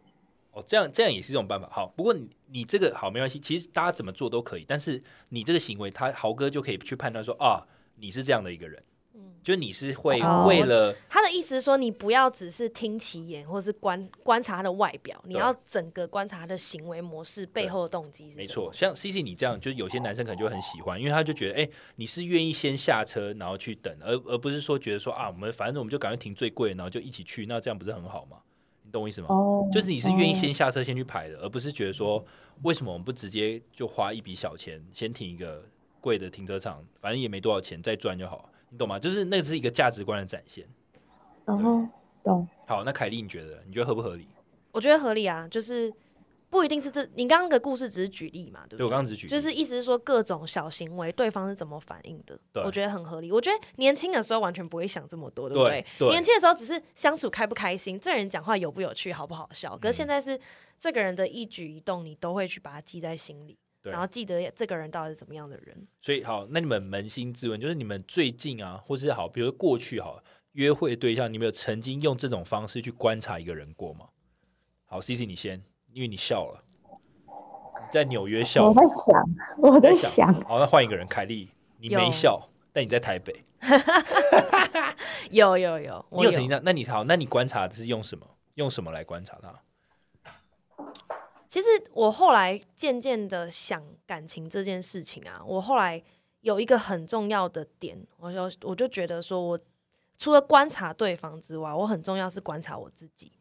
S3: 哦，这样这样也是一种办法。好，不过你你这个好没关系，其实大家怎么做都可以，但是你这个行为，他豪哥就可以去判断说啊，你是这样的一个人，
S1: 嗯。
S3: 就你是会
S1: 哦
S3: 为了、
S1: 他的意思是说，你不要只是听其言，或是观观察他的外表，你
S3: 对
S1: 要整个观察他的行为模式背后的动机是什么。
S3: 没错，，像 C C 你这样，就是有些男生可能就很喜欢，因为他就觉得，哎、你是愿意先下车，然后去等，而而不是说觉得说啊，我们反正我们就赶快停最贵，然后就一起去，那这样不是很好吗？你懂我意思吗？
S2: 哦，
S3: 就是你是愿意
S2: 哦
S3: 先下车先去排的，而不是觉得说为什么我们不直接就花一笔小钱先停一个贵的停车场，反正也没多少钱，再赚就好，你懂吗？就是那是一个价值观的展现。
S2: 然后哦懂，
S3: 好，那凯莉你觉得你觉得合不合理？
S1: 我觉得合理啊，就是不一定是这，你刚刚的故事只是举例嘛，对不对？
S3: 对我刚刚只举例
S1: 就是意思是说各种小行为，对方是怎么反应的，
S3: 对
S1: 我觉得很合理。我觉得年轻的时候完全不会想这么多，对不
S3: 对对
S1: 年轻的时候只是相处开不开心，这人讲话有不有趣，好不好
S3: 嗯
S1: 笑。可是现在是这个人的一举一动，你都会去把它记在心里，
S3: 对
S1: 然后记得这个人到底是怎么样的人。
S3: 所以好，那你们扪心自问，就是你们最近啊，或是好，比如说过去好了约会对象，你们有曾经用这种方式去观察一个人过吗？好，C C 你先，因为你笑了，你在纽约笑
S2: 我
S3: 了，
S2: 在想，我在想，
S3: 好，那换一个人，凯莉，你没
S1: 有
S3: 笑，但你在台北，
S1: 有有有，
S3: 你
S1: 我
S3: 有曾经那那你好，那你观察的是用什么？用什么来观察他？
S1: 其实我后来渐渐的想感情这件事情啊，我后来有一个很重要的点，我就我就觉得说我除了观察对方之外，我很重要是观察我自己。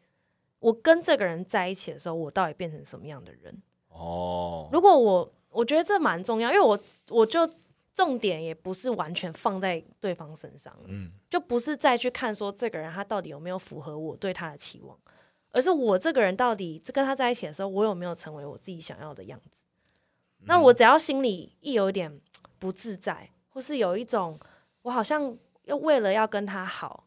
S1: 我跟这个人在一起的时候，我到底变成什么样的人？
S3: 哦，
S1: 如果我我觉得这蛮重要，因为我我就重点也不是完全放在对方身上，
S3: 嗯，
S1: 就不是再去看说这个人他到底有没有符合我对他的期望，而是我这个人到底跟他在一起的时候，我有没有成为我自己想要的样子？那我只要心里一有一点不自在，或是有一种我好像要为了要跟他好，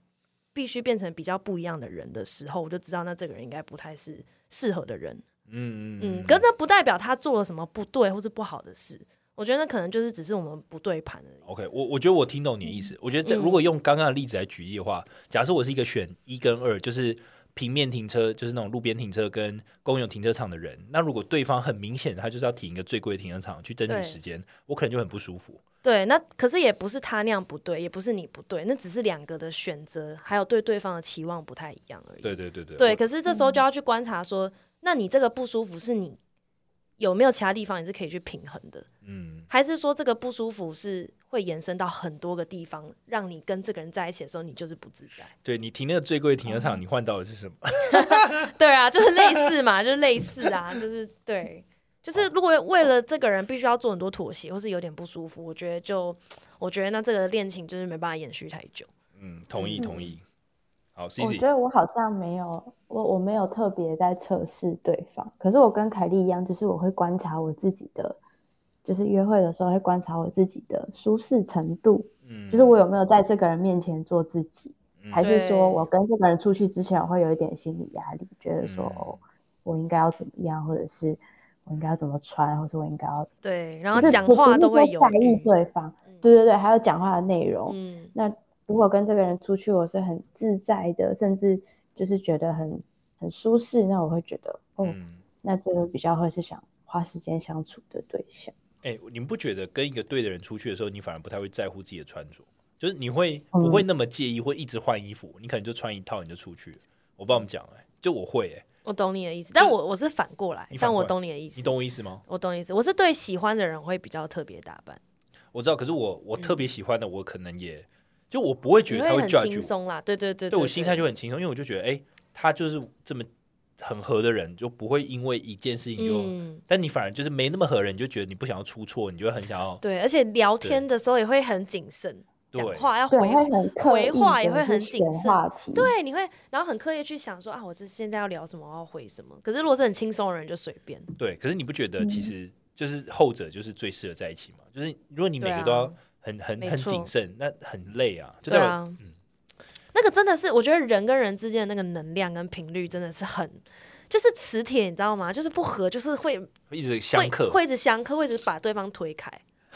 S1: 必须变成比较不一样的人的时候，我就知道那这个人应该不太是适合的人。
S3: 嗯
S1: 嗯，可是那不代表他做了什么不对或是不好的事，我觉得那可能就是只是我们不对盘而已。
S3: OK，我我觉得我听懂你的意思。我觉得这如果用刚刚的例子来举例的话，假设我是一个选一跟二，就是平面停车，就是那种路边停车跟公有停车场的人，那如果对方很明显他就是要停一个最贵的停车场去争
S1: 对
S3: 取时间，我可能就很不舒服。
S1: 对，那可是也不是他那样不对，也不是你不对，那只是两个的选择，还有对对方的期望不太一样而已。
S3: 对对对对，
S1: 对，可是这时候就要去观察说，那你这个不舒服是你有没有其他地方你是可以去平衡的，
S3: 嗯
S1: 还是说这个不舒服是会延伸到很多个地方，让你跟这个人在一起的时候你就是不自在？
S3: 对你停那个最贵的停车场，你换到的是什么？
S1: *laughs* 对啊，就是类似嘛，就是类似啊，就是对，就是如果为了这个人必须要做很多妥协，或是有点不舒服，我觉得就，我觉得那这个恋情就是没办法延续太久。
S3: 嗯，同意
S2: 嗯
S3: 同意。好
S2: 我
S3: ，Cici，
S2: 觉得我好像没有，我我没有特别在测试对方，可是我跟凯莉一样，就是我会观察我自己的，就是约会的时候会观察我自己的舒适程度，
S3: 嗯，
S2: 就是我有没有在这个人面前做自己，
S3: 嗯
S2: 还是
S1: 对
S2: 说我跟这个人出去之前我会有一点心理压力，觉得说、
S3: 嗯
S2: 哦，我应该要怎么样，或者是我应该要怎么穿，或者我应该要，
S1: 对，然
S2: 就
S1: 后
S2: 是
S1: 讲
S2: 我不
S1: 话
S2: 是
S1: 都
S2: 说
S1: 会嗯有
S2: 在意对方，对对对，还有讲话的内容，
S1: 嗯，
S2: 那如果跟这个人出去，我是很自在的，甚至就是觉得很很舒适，那我会觉得，哦，
S3: 嗯。
S2: 那这个比较会是想花时间相处的对象。
S3: 哎、你们不觉得跟一个对的人出去的时候，你反而不太会在乎自己的穿着，就是你会
S1: 嗯
S3: 不会那么介意，会一直换衣服？你可能就穿一套你就出去了。我不知道我们讲哎、就我会哎、
S1: 我懂你的意思，但我我是反过来
S3: 你，反
S1: 但
S3: 过
S1: 我
S3: 来
S1: 懂你的意思
S3: 你，懂我意思吗？
S1: 我懂你的意思，我是对喜欢的人会比较特别打扮，
S3: 我知道，可是我我特别喜欢的，我可能也、就我不会
S1: 嗯
S3: 觉
S1: 你
S3: 得他会
S1: 很
S3: judge
S1: 轻
S3: 我，
S1: 松啦，对对对
S3: 对我心态就很轻松，因为我就觉得哎、他就是这么很合的人，就不会因为一件事情就。
S1: 嗯。
S3: 但你反而就是没那么合人，你就觉得你不想要出错，你就会很想要
S1: 对，而且聊天的时候也会很谨慎，
S3: 对
S1: 讲话要
S2: 对，
S1: 回
S2: 会很刻
S1: 回
S2: 意
S1: 话
S2: 地
S1: 也会
S2: 去
S1: 很
S2: 选
S1: 谨慎
S2: 话题，，
S1: 对，你会然后很刻意去想说啊，我这现在要聊什么，我要回什么。可是如果是很轻松的人，就随便。
S3: 对，可是你不觉得
S1: 嗯
S3: 其实就是后者就是最适合在一起吗？就是如果你
S1: 对
S3: 每个
S1: 啊
S3: 都要很、很
S1: 没
S3: 很
S1: 错
S3: 谨慎，那很累啊，就
S1: 对
S3: 代表、
S1: 啊
S3: 嗯，
S1: 那个真的是，我觉得人跟人之间的那个能量跟频率真的是很，就是磁铁，你知道吗？就是不合，就是会
S3: 会一直相
S1: 会
S3: 克，
S1: 会一直相克，会一直把对方推开。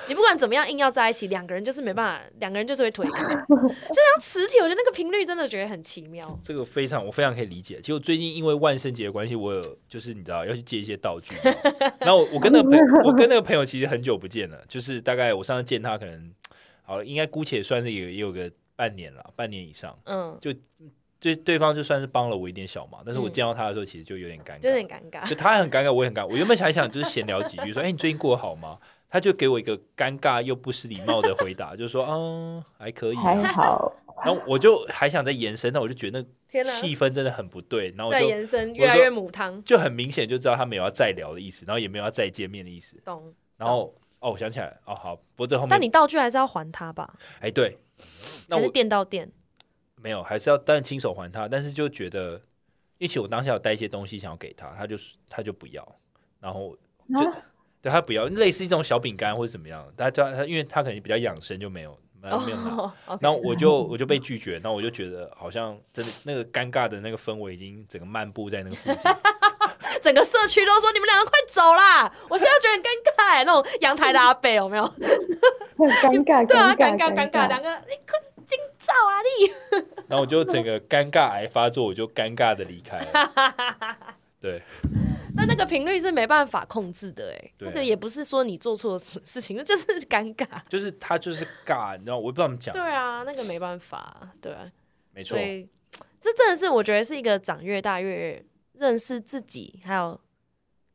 S1: 你不管怎么样硬要在一起，两个人就是没办法，两个人就是会推开，就 *laughs* 像磁铁。我觉得那个频率真的觉得很奇妙。
S3: 这个非常我非常可以理解。其实我最近因为万圣节的关系，我有就是你知道要去借一些道具，
S1: *laughs*
S3: 然后我我跟那个朋友，我跟那个朋友其实很久不见了，就是大概我上次见他可能好了，应该姑且算是也也有个半年了，半年以上。
S1: 嗯，
S3: 对对方就算是帮了我一点小忙，但是我
S1: 嗯
S3: 见到他的时候其实就有点尴尬，
S1: 就有点尴尬。
S3: *laughs* 就他很尴尬，我也很尴尬。我原本还想就是闲聊几句，说：“哎、你最近过得好吗？”他就给我一个尴尬又不失礼貌的回答，就 *laughs* 说：“嗯，还可以啊、
S2: 还
S3: *laughs*
S2: 好。
S3: 然后我就还想再延伸，但我就觉得那
S1: 天哪
S3: 气氛真的很不对，然后我
S1: 再
S3: 就
S1: 延伸，
S3: 我
S1: 越来
S3: 说
S1: 越母汤。
S3: 就很明显就知道他没有要再聊的意思，然后也没有要再见面的意思。
S1: 懂？
S3: 然后哦，我想起来了，哦，好，不过这后面
S1: 但你道具还是要还他吧？
S3: 哎对，那
S1: 还是
S3: 我
S1: 店到店？
S3: 没有，还是要当然亲手还他，但是就觉得，一起我当下有带一些东西想要给他，他就他就不要，然后就、
S2: 啊
S3: 对他不要，类似一种小饼干或者怎么样，他他他，因为他可能比较养生就没有没呃有没有拿。
S1: 哦，OK，
S3: 然后我就我就被拒绝，然后我就觉得好像真的那个尴尬的那个氛围已经整个漫步在那个附近，
S1: 整个社区都说你们两个快走啦！我现在觉得很尴尬、欸那种阳台的阿伯有没有？ *laughs*
S2: 很尴尬，
S1: 对啊，
S2: 尴
S1: 尴尬尴尬，两
S2: 尬。
S1: 个你快惊照啊你！
S3: 然后我就整个尴尬癌发作，我就尴尬的离开了。对，
S1: 但那个频率是没办法控制的哎、
S3: 对啊
S1: 那个也不是说你做错了什么事情，那 *laughs* 就是尴尬。
S3: 就是他就是尬，你知道我也不知道怎么讲，
S1: 对啊，那个没办法，对啊，
S3: 没错
S1: 所，以这真的是我觉得是一个长越大越认识自己，还有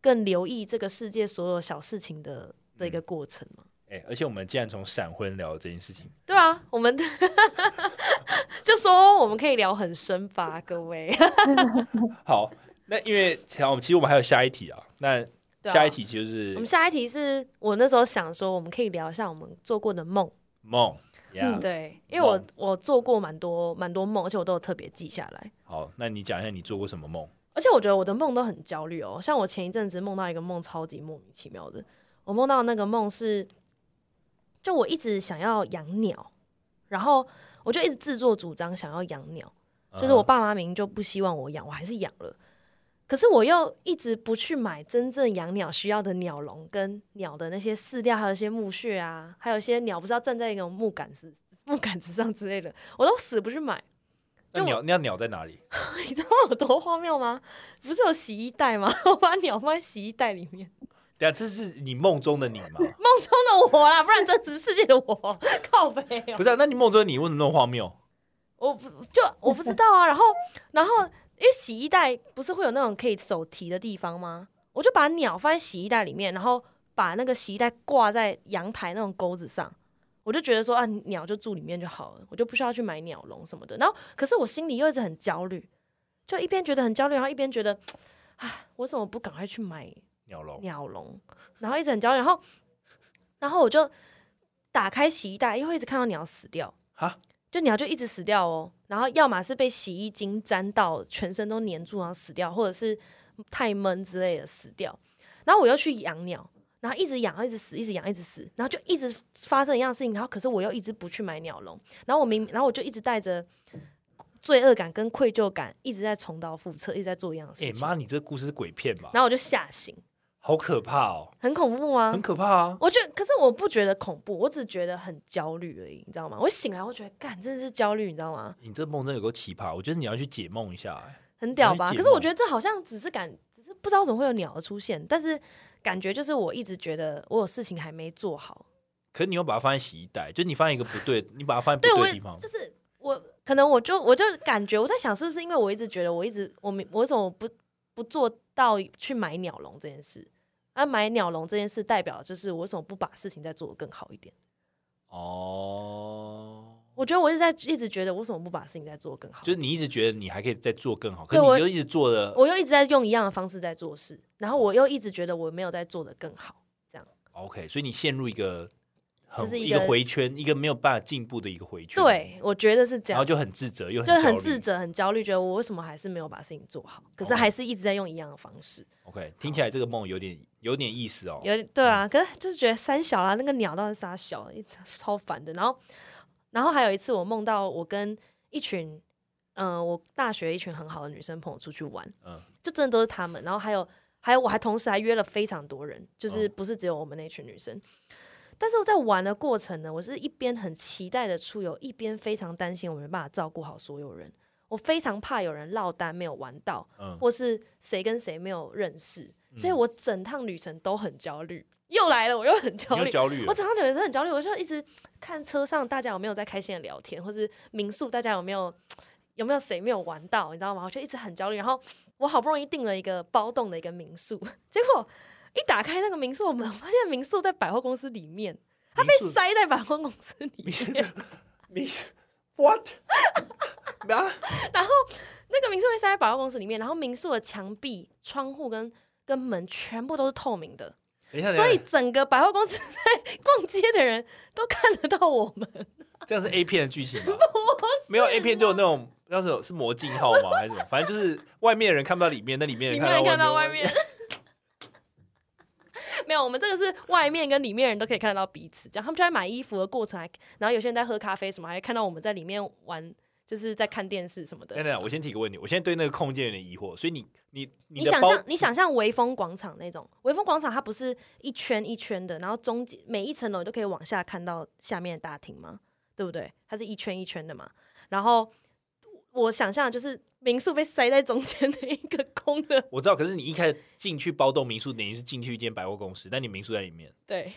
S1: 更留意这个世界所有小事情的的一个过程嘛。
S3: 哎、而且我们竟然从闪婚聊这件事情，
S1: 对啊，我们 *laughs* 就说我们可以聊很深吧，各位。
S3: 好，那因为其实我们其实我们还有下一题啊，那
S1: 对啊
S3: 下一题
S1: *laughs*
S3: 就
S1: 我
S3: 是
S1: 们下一题是我那时候想说，我们可以聊一下我们做过的梦。
S3: 梦呀。
S1: 嗯对，因为我
S3: 梦
S1: 我做过蛮多蛮多梦，而且我都有特别记下来。
S3: 好，那你讲一下你做过什么梦？
S1: 而且我觉得我的梦都很焦虑哦，像我前一阵子梦到一个梦，超级莫名其妙的。我梦到那个梦是，就我一直想要养鸟，然后我就一直自作主张想要养鸟，
S3: 嗯
S1: 就是我爸妈明明就不希望我养，我还是养了。可是我又一直不去买真正养鸟需要的鸟笼跟鸟的那些饲料，还有一些木屑啊，还有一些鸟不是要站在一个木杆子木杆子上之类的，我都死不去买。 *laughs*
S3: 那
S1: 就
S3: 鸟那鸟在哪里？ *laughs*
S1: 你知道有多荒谬吗？不是有洗衣袋吗？ *laughs* 我把鸟放在洗衣袋里面， *laughs*
S3: 对啊，这是你梦中的你吗？
S1: 梦中的我啦，不然真实世界的我 *laughs* 靠背哦、
S3: 不是、啊，那你梦中的你为什么那么荒谬？
S1: 我不就我不知道啊。然后然后因为洗衣袋不是会有那种可以手提的地方吗？我就把鸟放在洗衣袋里面，然后把那个洗衣袋挂在阳台那种钩子上。我就觉得说啊，鸟就住里面就好了，我就不需要去买鸟笼什么的。然后，可是我心里又一直很焦虑，就一边觉得很焦虑，然后一边觉得，唉，我怎么不赶快去买
S3: 鸟笼
S1: 鸟笼，然后一直很焦虑，然后然后我就打开洗衣袋，因为一直看到鸟死掉，
S3: 哈，
S1: 就鸟就一直死掉哦，然后要么是被洗衣精沾到，全身都粘住然后死掉，或者是太闷之类的死掉，然后我又去养鸟。然后一直养，一直死，一直养，一直死，然后就一直发生一样的事情。然后可是我又一直不去买鸟笼，然后我明，然后我就一直带着罪恶感跟愧疚感，一直在重蹈覆辙，一直在做一样的
S3: 哎
S1: 事情。
S3: 妈，你这故事是鬼片吧？
S1: 然后我就吓醒，
S3: 好可怕哦，
S1: 很恐怖吗？
S3: 很可怕啊！
S1: 我觉得，可是我不觉得恐怖，我只觉得很焦虑而已，你知道吗？我醒来，我觉得干，真的是焦虑，你知道吗？
S3: 你这梦真的有够奇葩，我觉得你要去解梦一下、哎
S1: 很屌吧？
S3: 了解
S1: 可是我觉得这好像只是感，只是不知道怎么会有鸟的出现，但是感觉就是我一直觉得我有事情还没做好，
S3: 可是你又把它放在洗衣袋，就你放在一个不对，你把它放在
S1: 对
S3: 不
S1: 我
S3: 对的地方
S1: 就。是我可能我就我就感觉我在想，是不是因为我一直觉得我一直我没我为什么不不做到去买鸟笼这件事？啊，买鸟笼这件事代表就是我为什么不把事情再做得更好一点？
S3: 哦，
S1: 我觉得我一直在一直觉得我为什么不把事情再做得更好？
S3: 就是你一直觉得你还可以再做更好，可
S1: 对
S3: 是
S1: 我
S3: 你就一直做的
S1: 我又一直在用一样的方式在做事，然后我又一直觉得我没有在做的更好，
S3: OK，所以你陷入一个很
S1: 就是一
S3: 一
S1: 个
S3: 个回圈，一个没有办法进步的一个回圈。，
S1: 对我觉得是这样
S3: 然后，就很自责，又
S1: 就
S3: 焦
S1: 很
S3: 虑哦
S1: 自责、很焦虑，觉得我为什么还是没有把事情做好，可是
S3: OK
S1: 还是一直在用一样的方式，
S3: OK，听起来这个梦有点有点意思哦。
S1: 有点对啊，可是就是觉得三小啊啦，那个鸟到底是啥小，超烦的。然后，然后还有一次我梦到我跟一群，嗯、我大学一群很好的女生朋友出去玩，
S3: 嗯
S1: 就真的都是他们。然后还有还有我还同时还约了非常多人，就是
S3: 哦
S1: 不是只有我们那群女生。但是我在玩的过程呢，我是一边很期待的出游，一边非常担心我没办法照顾好所有人。我非常怕有人落单没有玩到，
S3: 嗯，
S1: 或是谁跟谁没有认识，所以我整趟旅程都很焦虑。又来了，我又很焦
S3: 你又
S1: 虑。
S3: 焦虑哦
S1: 我
S3: 了。
S1: 整趟旅程很焦虑，我就一直看车上大家有没有在开心的聊天，或是民宿大家有没有有没有谁没有玩到，你知道吗？我就一直很焦虑。然后我好不容易订了一个包栋的一个民宿， *laughs* 结果一打开那个民宿的门，我发现民宿在百货公司里面，它被
S3: 民宿
S1: 塞在百货公司里面。
S3: 你 What？啊，
S1: 那个民宿被塞在百货公司里面，然后民宿的墙壁、窗户跟跟门全部都是透明的，
S3: 等一下，
S1: 所以
S3: 等一
S1: 整个百货公司 *laughs* 在逛街的人都看得到我们。
S3: 下这样是 A 片的剧情
S1: *laughs*
S3: 吗？
S1: 啊
S3: 没有 A 片就有那种。那时候是魔镜号吗？还 *laughs* 是什么？反正就是外面的人看不到里面，那里面
S1: 里
S3: 人
S1: 面人看
S3: 看
S1: 到
S3: 到
S1: 外
S3: 面
S1: 面。 *laughs* 没有，我们这个是外面跟里面人都可以看得到彼此，这样他们就在买衣服的过程还，然后有些人在喝咖啡什么，还会看到我们在里面玩，就是在看电视什么
S3: 等
S1: 的。
S3: 等等，我先提个问题，我现在对那个空间有点疑惑，所以你你你
S1: 你
S3: 的
S1: 想
S3: 包
S1: 象，你想象微风广场那种，微风广场它不是一圈一圈的，然后中间每一层楼你都可以往下看到下面的大厅吗？对不对？它是一圈一圈的嘛。然后我想象的就是民宿被塞在中间的一个 *laughs* 空的，
S3: 我知道，可是你一开始进去包栋民宿，等于是进去一间百货公司，但你民宿在里面，
S1: 对。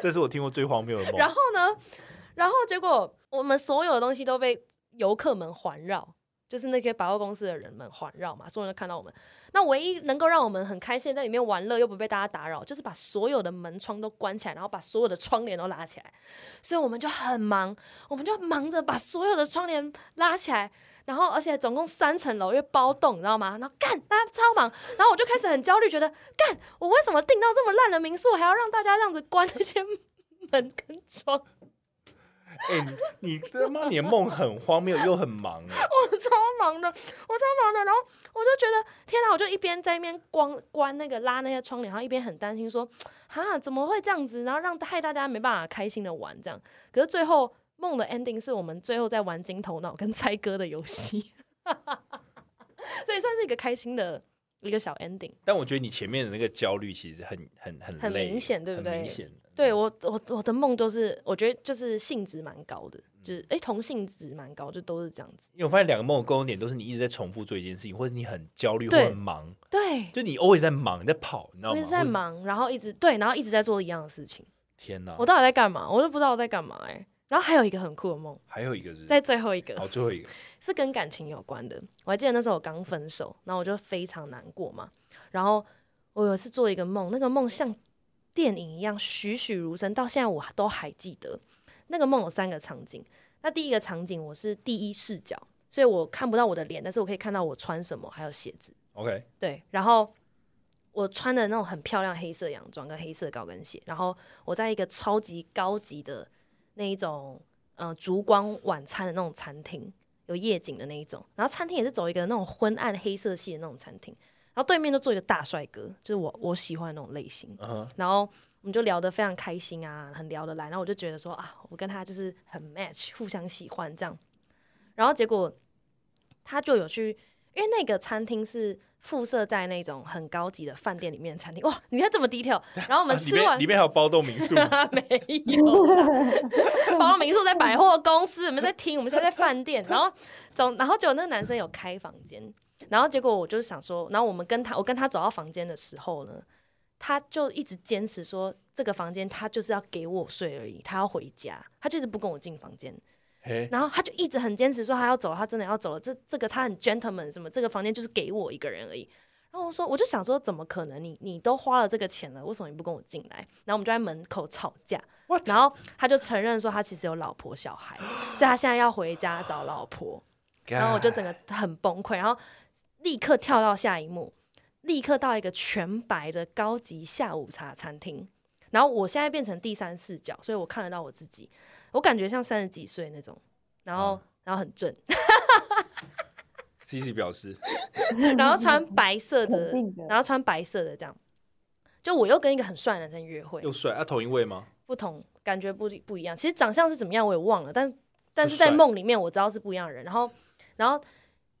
S3: 这是我听过最荒谬的
S1: 然
S3: 梦。
S1: 后呢，然后结果我们所有的东西都被游客们环绕，就是那些百货公司的人们环绕嘛，所有人都看到我们。那唯一能够让我们很开心在里面玩乐又不被大家打扰，就是把所有的门窗都关起来，然后把所有的窗帘都拉起来。所以我们就很忙，我们就忙着把所有的窗帘拉起来。然后，而且总共三层楼，因为包栋，你知道吗？然后干，大家超忙，然后我就开始很焦虑，觉得干，我为什么订到这么烂的民宿，还要让大家这样子关那些门跟窗？ *laughs*
S3: 哎、你你他妈你的梦很荒谬又很忙哎、
S1: 我超忙的，我超忙的，然后我就觉得天哪，我就一边在那边光关那个拉那些窗帘，然后一边很担心说，啊怎么会这样子，然后让害大家没办法开心的玩这样。可是最后梦的 ending 是我们最后在玩金头脑跟猜歌的游戏， *laughs* 所以算是一个开心的一个小 ending。
S3: 但我觉得你前面的那个焦虑其实很很很
S1: 很
S3: 累
S1: 明显对不
S3: 很
S1: 对
S3: 明显，
S1: 对我我我的梦都是我觉得就是性质蛮高的，就是诶同性质蛮高，就都是这样子。
S3: 因为我发现两个梦的共同点都是你一直在重复做一件事情，或者你很焦虑或
S1: 对
S3: 很忙，
S1: 对，
S3: 就你 always 在忙，你在跑，你知道
S1: 我
S3: 吗？
S1: 一直在
S3: 或者是。
S1: 忙，然后一直对，然后一直在做一样的事情。
S3: 天哪！
S1: 我到底在干嘛？我都不知道我在干嘛哎、然后还有一个很酷的梦，
S3: 还有一个是
S1: 在最后一个
S3: 好最后一个，
S1: 是跟感情有关的。我还记得那时候我刚分手，然后我就非常难过嘛。然后我有一次做一个梦，那个梦像电影一样栩栩如生，到现在我都还记得。那个梦有三个场景，那第一个场景我是第一视角，所以我看不到我的脸，但是我可以看到我穿什么，还有鞋子。
S3: OK，
S1: 对，然后我穿的那种很漂亮黑色洋装跟黑色高跟鞋，然后我在一个超级高级的那一种呃烛光晚餐的那种餐厅，有夜景的那一种，然后餐厅也是走一个那种昏暗黑色系的那种餐厅，然后对面就坐一个大帅哥，就是我我喜欢的那种类型，
S3: 嗯哼，
S1: 然后我们就聊得非常开心啊，很聊得来。然后我就觉得说啊，我跟他就是很 match，互相喜欢这样。然后结果他就有去，因为那个餐厅是附设在那种很高级的饭店里面的餐厅，哇，你看这么 detail。然后我
S3: 我
S1: 们吃完
S3: 啊里面里。面还有包豆民
S1: *laughs*
S3: 宿，
S1: 没有啦，包民宿在百货公司，我们在听，我们现在在饭店，然后总，然后结果那个男生有开房间，然后结果我就想说，然后我们跟他，我跟他走到房间的时候呢，他就一直坚持说这个房间他就是要给我睡而已，他要回家，他就是不跟我进房间，
S3: 嘿，
S1: 然后他就一直很坚持说他要走了，他真的要走了，这这个他很 gentleman 什么，这个房间就是给我一个人而已。然后我说，我就想说，怎么可能你？你都花了这个钱了，为什么你不跟我进来？然后我们就在门口吵架。
S3: What？
S1: 然后他就承认说他其实有老婆小孩，所以他现在要回家找老婆。然后我就整个很崩溃，然后立刻跳到下一幕，立刻到一个全白的高级下午茶餐厅。然后我现在变成第三视角，所以我看得到我自己，我感觉像三十几岁那种，然后、
S2: 嗯
S1: 然后很
S2: *laughs*
S1: 正，
S3: C C 表示，
S1: 然后穿白色的
S2: 肯定的，
S1: 然后穿白色的这样，就我又跟一个很帅的男生约会
S3: 又，帅啊，同一位吗？
S1: 不同感觉不不一样。其实长相是怎么样我也忘了，但但
S3: 就是
S1: 在
S3: 帅
S1: 梦里面我知道是不一样的人。然后然后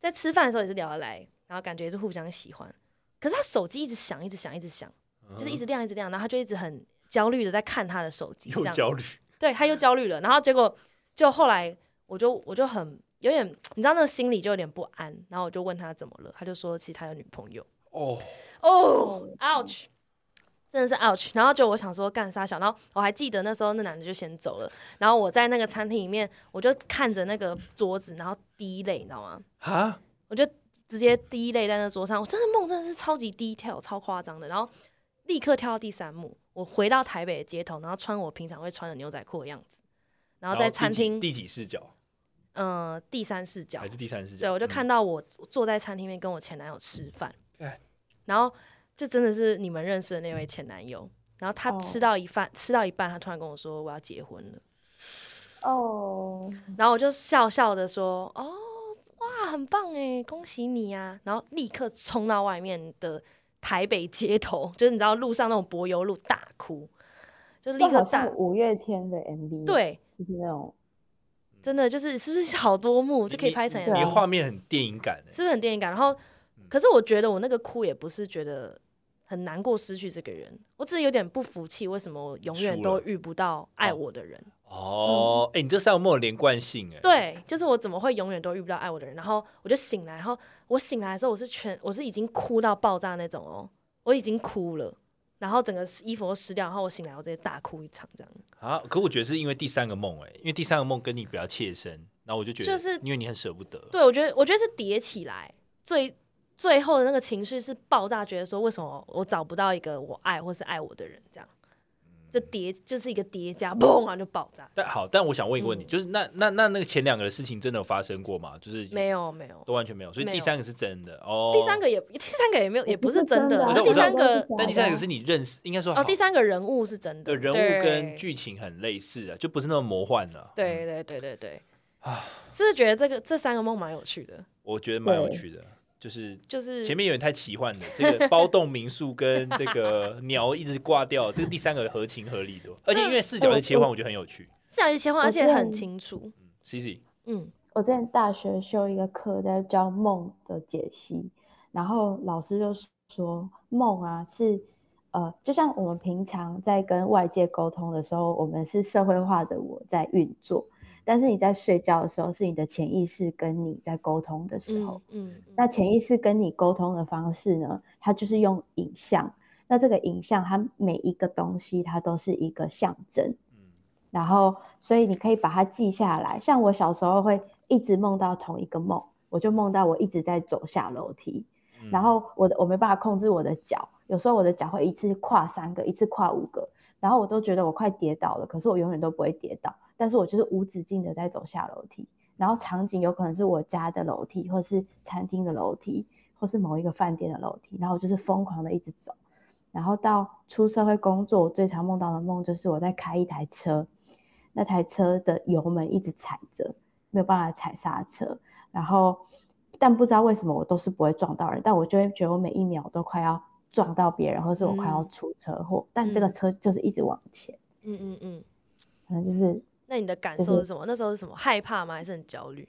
S1: 在吃饭的时候也是聊得来，然后感觉也是互相喜欢。可是他手机一直响，一直响，一直响，
S3: 嗯
S1: 就是一直亮，一直亮，然后他就一直很焦虑的在看他的手机，这
S3: 又
S1: 样
S3: 焦虑，
S1: 对，他又焦虑了，然后结果就后来我就我就很有点，你知道那个心里就有点不安，然后我就问他怎么了，他就说其实他有女朋友。
S3: 哦，
S1: 哦，ouch，真的是 ouch。然后就我想说干啥小，然后我还记得那时候那男的就先走了，然后我在那个餐厅里面，我就看着那个桌子，然后滴泪，你知道吗？
S3: 哈，
S1: 我就直接滴泪在那桌上，我真的梦真的是超级 detail 超夸张的，然后立刻跳到第三幕，我回到台北的街头，然后穿我平常会穿的牛仔裤的样子，然后在
S3: 第
S1: 餐
S3: 几
S1: 厅，
S3: 第几视角
S1: 嗯、呃，第三视角
S3: 还，是第三视角？
S1: 对，我就
S3: 嗯
S1: 看到我坐在餐厅里面跟我前男友吃饭，
S3: 干
S1: 然后就真的是你们认识的那位前男友，然后他
S2: 哦
S1: 吃到一饭、吃到一半，他突然跟我说我要结婚了，
S2: 哦，
S1: 然后我就笑笑的说哦哇很棒哎恭喜你呀、然后立刻冲到外面的台北街头，就是你知道路上那种柏油路大哭，就立
S2: 这
S1: 刻
S2: 好
S1: 大
S2: 像五月天的 MV，，
S1: 对，
S2: 就是那种
S1: 真的就是是不是好多幕
S3: 你
S1: 就可以拍成
S3: 你
S2: 对
S3: 你
S2: 啊
S3: 的画面很电影感哎，
S1: 是不是很电影感？然后，可是我觉得我那个哭也不是觉得很难过失去这个人，我只是有点不服气，为什么我永远
S3: 输
S1: 都
S3: 了哎
S1: 遇不到爱我的人？
S3: 哦，哎，你这三个梦有连贯性哎，，
S1: 嗯对，就是我怎么会永远都遇不到爱我的人？然后我就醒来，然后我醒来的时候，我是全我是已经哭到爆炸那种哦，我已经哭了，然后整个衣服都湿掉，然后我醒来，我直接大哭一场这样。
S3: 啊，可我觉得是因为第三个梦哎，因为第三个梦跟你比较切身，然后我就觉得，
S1: 就是
S3: 因为你很舍不得，
S1: 对，我觉得我觉得是叠起来，最最后的那个情绪是爆炸，觉得说为什么我找不到一个我爱或是爱我的人，这样，这
S3: 嗯
S1: 叠就是一个叠加， *laughs* 砰啊就爆炸。
S3: 但好，但我想问一个问
S1: 嗯
S3: 题，就是那那那那个前两个的事情真的有发生过吗？就是
S1: 没有没有，
S3: 都完全没有，所以
S1: 没有
S3: 第三个是真的哦。
S1: 第三，个也第三个也没有，也不是真
S2: 的
S1: 的，
S2: 啊，
S1: 只是
S3: 这
S1: 第
S3: 我知道
S1: 三个
S3: 但第三个是你认识，应该说
S1: 哦，第
S3: 好
S1: 三个人物是真的
S3: 的人
S1: 对
S3: 物跟剧情很类似啊，就不是那么魔幻了。嗯，
S1: 对对对对对
S3: 啊，
S1: 是不是觉得这个这三个梦蛮有趣的，
S3: 我觉得蛮有
S2: 对
S3: 趣的，就是
S1: 就是
S3: 前面有点太奇幻了，这
S1: *laughs*
S3: 个包栋民宿跟这个鸟一直挂掉，这个第三个合情合理多，而且因为视角的切换，我觉得很有趣。
S1: 这样一切换，而且
S2: 我
S1: 很
S2: 对
S1: 清楚，
S3: C C，
S1: 嗯，
S2: 我之前大学修一个课在教梦的解析，然后老师就说梦啊是，呃，就像我们平常在跟外界沟通的时候，我们是社会化的我在运作，但是你在睡觉的时候是你的潜意识跟你在沟通的时候
S1: 嗯，嗯，嗯
S2: 那潜意识跟你沟通的方式呢，它就是用影像。那这个影像，它每一个东西，它都是一个象征。
S3: 嗯，
S2: 然后所以你可以把它记下来。像我小时候会一直梦到同一个梦，我就梦到我一直在走下楼梯，
S3: 嗯
S2: 然后我的我没办法控制我的脚，有时候我的脚会一次跨三个，一次跨五个，然后我都觉得我快跌倒了，可是我永远都不会跌倒，但是我就是无止境的在走下楼梯。然后场景有可能是我家的楼梯，或是餐厅的楼梯，或是某一个饭店的楼梯，然后我就是疯狂的一直走。然后到出社会工作，我最常梦到的梦就是我在开一台车，那台车的油门一直踩着，没有办法踩刹车，然后但不知道为什么我都是不会撞到人，但我就会觉得我每一秒都快要撞到别人，或是我快要
S1: 嗯
S2: 出车祸，但这个
S1: 嗯
S2: 车就是一直往前，
S1: 嗯嗯嗯。
S2: 可能就是
S1: 那你的感
S2: 就
S1: 受
S2: 是
S1: 是什么？那时候是什么？害怕吗？还是很焦虑？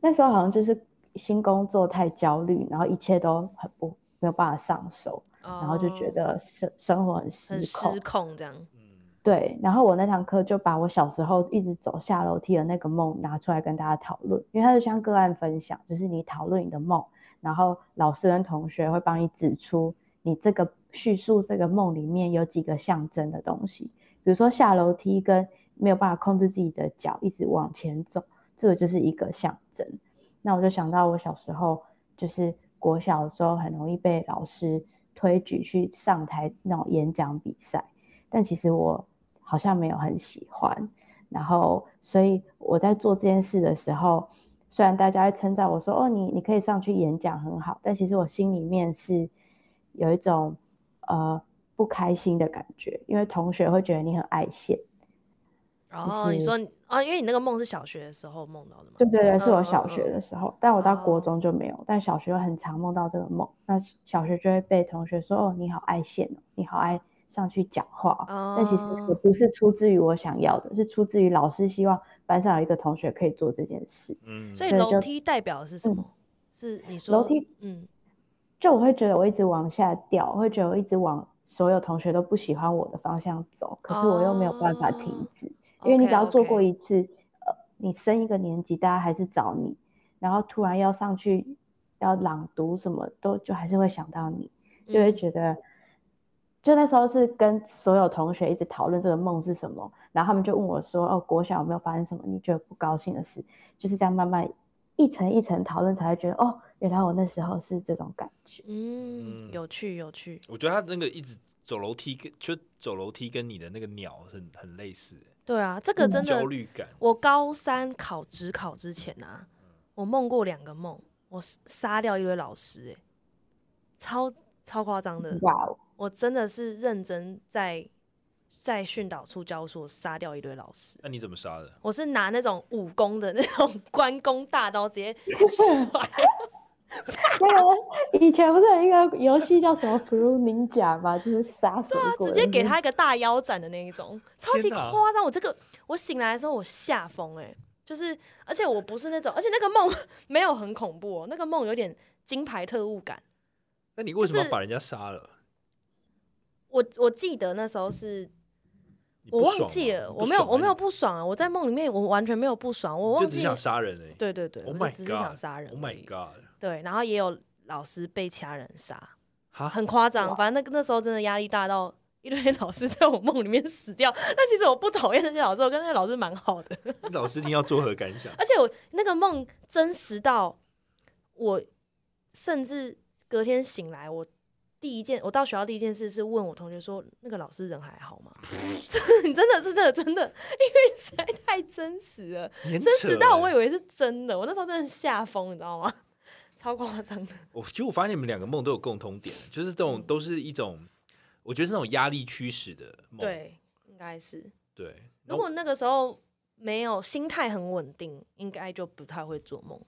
S2: 那时候好像就是新工作太焦虑，然后一切都很不没有办法上手，
S1: 然
S2: 然后就觉得生生活很失
S1: 哦很
S2: 控
S1: 失。控这样。
S3: 嗯
S2: 对，然后我那堂课就把我小时候一直走下楼梯的那个梦拿出来跟大家讨论，因为它就像个案分享，就是你讨论你的梦，然后老师跟同学会帮你指出你这个叙述这个梦里面有几个象征的东西，比如说下楼梯跟没有办法控制自己的脚一直往前走，这个就是一个象征。那我就想到我小时候就是国小的时候很容易被老师推举去上台那种演讲比赛。但其实我好像没有很喜欢。然后，所以我在做这件事的时候，虽然大家会称赞我说：“哦，你你可以上去演讲很好。”但其实我心里面是有一种呃不开心的感觉，因为同学会觉得你很爱现。
S1: 然后你
S2: 是
S1: 说你啊，因为你那个梦是小学的时候梦到的嘛。
S2: 对对对，是
S1: 嗯
S2: 我
S1: 嗯
S2: 小学的时候，但我到国
S1: 哦
S2: 中就没有，但小学很常梦到这个梦。那小学就会被同学说：“哦，你好爱现哦，你好爱上去讲话
S1: 哦，
S2: 哦。”但其实也不是出自于我想要的，是出自于老师希望班上有一个同学可以做这件事。
S3: 嗯，
S1: 所以
S2: 对
S1: 楼
S2: 就
S1: 梯代表的是什
S2: 嗯
S1: 么？是你说
S2: 楼梯
S1: 嗯
S2: 就我会觉得我一直往下掉，我会觉得我一直往所有同学都不喜欢我的方向走，可是我又没有办法停
S1: 哦
S2: 止，因为你只要做
S1: OK，OK
S2: 过一次，呃，你升一个年级，大家还是找你，然后突然要上去要朗读什么都，就还是会想到你。就会
S1: 嗯
S2: 觉得，就那时候是跟所有同学一直讨论这个梦是什么，然后他们就问我说：“哦，国小有没有发生什么你觉得不高兴的事？”就是这样慢慢一层一层讨论，才会觉得哦，原来我那时候是这种感觉。
S1: 嗯
S3: 嗯
S1: 有趣有趣，
S3: 我觉得他那个一直走楼梯跟就走楼梯跟你的那个鸟很很类似，
S1: 对啊，这个
S2: 嗯
S1: 真的
S3: 焦虑感。
S1: 我高三考职考之前啊，我梦过两个梦，我杀杀掉一堆老师、欸，超超夸张的，
S2: 哇哦，
S1: 我真的是认真在在训导处教书，我杀掉一堆老师。
S3: 那你怎么杀的？
S1: 我是拿那种武功的那种 *laughs* 关公大刀直接甩，
S2: 那个以前不是有一个游戏叫什么 “Blue Ninja” 吗？就是杀水
S1: 他
S2: 果的那种，
S1: 啊直接给他一个大腰斩的那一种，超级
S3: 天哪
S1: 夸张。我这个我醒来的时候我吓疯哎，就是而且我不是那种，而且那个梦 *laughs* 没有很恐怖、哦，那个梦有点金牌特务感。
S3: 那你为什
S1: 就
S3: 么要
S1: 是
S3: 把人家杀了？
S1: 我我记得那时候是
S3: 你
S1: 我
S3: 不爽
S1: 忘
S3: 吗
S1: 记了，
S3: 你不
S1: 我没有
S3: 爽吗
S1: 我没有不爽啊，我在梦里面我完全没有不爽，我
S3: 你就
S1: 忘
S3: 只是
S1: 记
S3: 想杀人哎、
S1: 对对对，
S3: Oh
S1: 我
S3: my
S1: 只是想
S3: God
S1: 杀人
S3: o h
S1: 而
S3: my
S1: 已
S3: god！
S1: 对，然后也有老师被其他人杀，
S3: 哈， *laughs*
S1: 很夸张，
S2: 哇
S1: 反正那个那时候真的压力大到一堆 *laughs* 老师在我梦里面死掉。那其实我不讨厌那些老师，我跟那些老师蛮好的。 *laughs*
S3: 老师听要作何感想？
S1: 而且我那个梦真实到我，甚至隔天醒来，我第一件我到学校第一件事是问我同学说，那个老师人还好吗？ *laughs* 真的真的真的，因为实在太真实了，
S3: 你很
S1: 真
S3: 扯
S1: 实到
S3: 欸
S1: 我以为是真的，我那时候真的吓疯，你知道吗？ *laughs* 超夸张的，
S3: 我其实我发现你们两个梦都有共通点，就是这
S1: 嗯
S3: 种都是一种，我觉得是那种压力驱使的梦。
S1: 对，应该是。
S3: 对，
S1: 如果那个时候没有心态很稳定，应该就不太会做梦。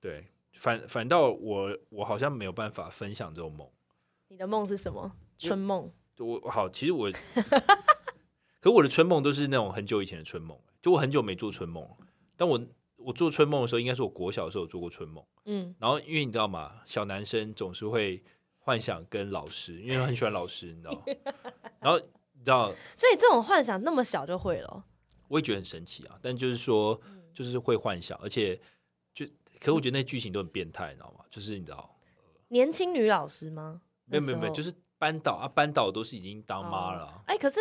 S3: 对，反反倒我我好像没有办法分享这种梦。
S1: 你的梦是什么？春梦？
S3: 我好，其
S1: *laughs*
S3: 实我，可我的春梦都是那种很久以前的春梦，就我很久没做春梦了。但我我做春梦的时候，应该是我国小的时候有做过春梦。
S1: 嗯，
S3: 然后因为你知道吗，小男生总是会幻想跟老师，因为他很喜欢老师，你知道吗。
S1: *laughs*
S3: 然后你知道，
S1: 所以这种幻想那么小就会了哦。
S3: 我也觉得很神奇啊。但就是说，
S1: 嗯
S3: 就是会幻想，而且就，可是我觉得那剧情都很变态，你知道吗？就是你知道，
S1: 年轻女老师吗？
S3: 没有没有没有，就是是班导啊，班导都是已经当妈了啊、
S1: 哎、可是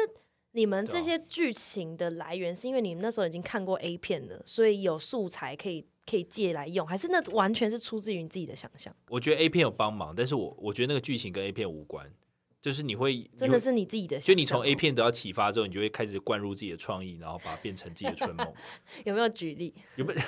S1: 你们
S3: 对啊
S1: 这些剧情的来源是因为你们那时候已经看过 A 片了，所以有素材可以可以借来用，还是那完全是出自于你自己的想象？
S3: 我觉得 A 片有帮忙，但是我我觉得那个剧情跟 A 片无关，就是你会你会
S1: 真的是你自己的想
S3: 就
S1: 象哦？
S3: 你从 A 片得到启发之后，你就会开始灌入自己的创意，然后把它变成自己的春梦。 *laughs*
S1: 有没有举例？
S3: 有没有？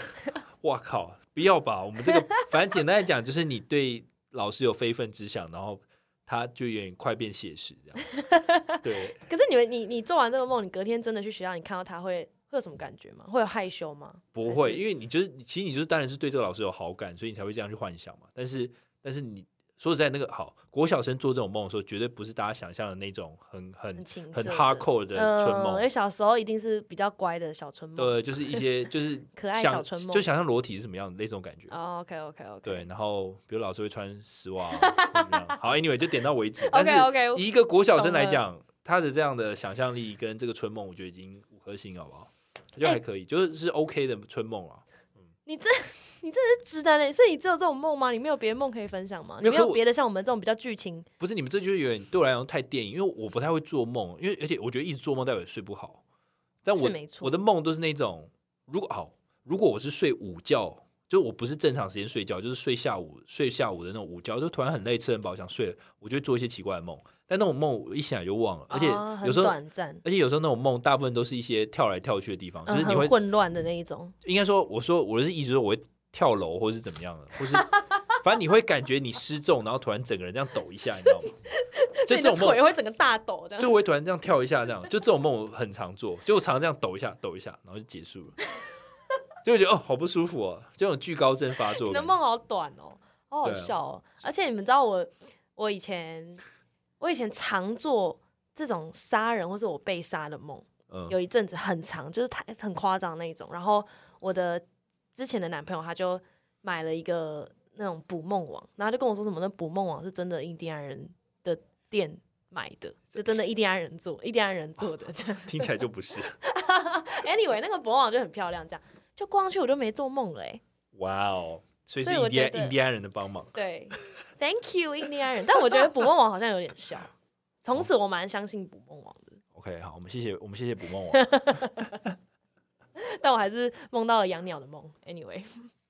S3: 哇靠！不要吧，我们这个 *laughs* 反正简单来讲，就是你对老师有非分之想，然后他就有点快变写实这样。对，
S1: 可是你们，你你做完这个梦，你隔天真的去学校，你看到他会会有什么感觉吗？会有害羞吗？
S3: 不
S1: 还
S3: 会，
S1: 是
S3: 因为你就是其实你就是当然是对这个老师有好感，所以你才会这样去幻想嘛。但是但是你说实在，那个好国小生做这种梦的时候，绝对不是大家想象的那种很很
S1: 很情
S3: 很
S1: 色的
S3: hardcore 的春
S1: 嗯
S3: 梦。
S1: 因为小时候一定是比较乖的小春梦。
S3: 对，就是一
S1: *laughs*
S3: 些就是
S1: 可爱
S3: 想
S1: 小春梦
S3: 就想象裸体是什么样的那种感觉。
S1: 哦、o k OK OK，
S3: 对，，然后比如老师会穿丝袜啊，或怎么样好，anyway 就点到为止。但是
S1: *laughs* OK，OK，
S3: 以一个国小生
S1: 懂
S3: 来
S1: 了
S3: 讲，他的这样的想象力跟这个春梦，我觉得已经五颗星了好不好？我觉
S1: 哎
S3: 得还可以，就是是 OK 的春梦啊。
S1: 你这你这是直男嘞，欸所以你只有这种梦吗？你没有别的梦可以分享吗？
S3: 没有
S1: 你没有
S3: 可我
S1: 别的像我们这种比较剧情，
S3: 不是你们这就是有点对我来讲太电影，因为我不太会做梦，因为而且我觉得一直做梦代表睡不好。但我
S1: 是没错
S3: 我的梦都是那种，如果好，如果我是睡午觉，就是我不是正常时间睡觉，就是睡下午睡下午的那种午觉，就突然很累，吃很饱想睡了，我就会做一些奇怪的梦。但那种梦我一醒来就忘了，而且
S1: 啊很
S3: 有时候、
S1: 短暂，
S3: 而且有时候那种梦大部分都是一些跳来跳去的地方，就
S1: 嗯，
S3: 是你会
S1: 很混乱的那一种。
S3: 应该说，我说我是意思说我会跳楼，或是怎么样的，或是反正你会感觉你失重，然后突然整个人这样抖一下，你知道吗？就
S1: 所 *laughs* 以
S3: 这
S1: 你的
S3: 种
S1: 腿
S3: 梦，
S1: 会整个大抖这
S3: 就
S1: 样。
S3: 我会突然这样跳一下，这样就这种梦我很常做，就我常常这样抖一下，抖一下，然后就结束了。 *laughs* 就会觉得哦，好不舒服哦，这种惧高症发作
S1: 你
S3: 的
S1: 的
S3: 感觉。
S1: 梦好短哦，好好
S3: 对啊
S1: 笑哦。而且你们知道我，我以前我以前常做这种杀人或是我被杀的梦。
S3: 嗯，
S1: 有一阵子很长，就是太很夸张那一种。然后我的之前的男朋友他就买了一个那种捕梦网，然后他就跟我说什么那捕梦网是真的印第安人的店买的，就真的印第安人做，印第安人做的这样。
S3: 哦听起来就不是。
S1: *laughs* anyway，那个捕梦网就很漂亮，这样就逛上去我就没做梦了、欸。
S3: 哇哦，所以是
S1: 所以我
S3: 印第安
S1: 觉得
S3: 印第安人的帮忙。
S1: 对 *laughs* ，Thank you 印第安人，但我觉得捕梦网好像有点笑。从此我蛮相信捕梦网的，
S3: OK，好，我们谢谢我们谢谢捕
S1: *laughs*
S3: 梦网。
S1: 但我还是梦到了养鸟的梦。Anyway，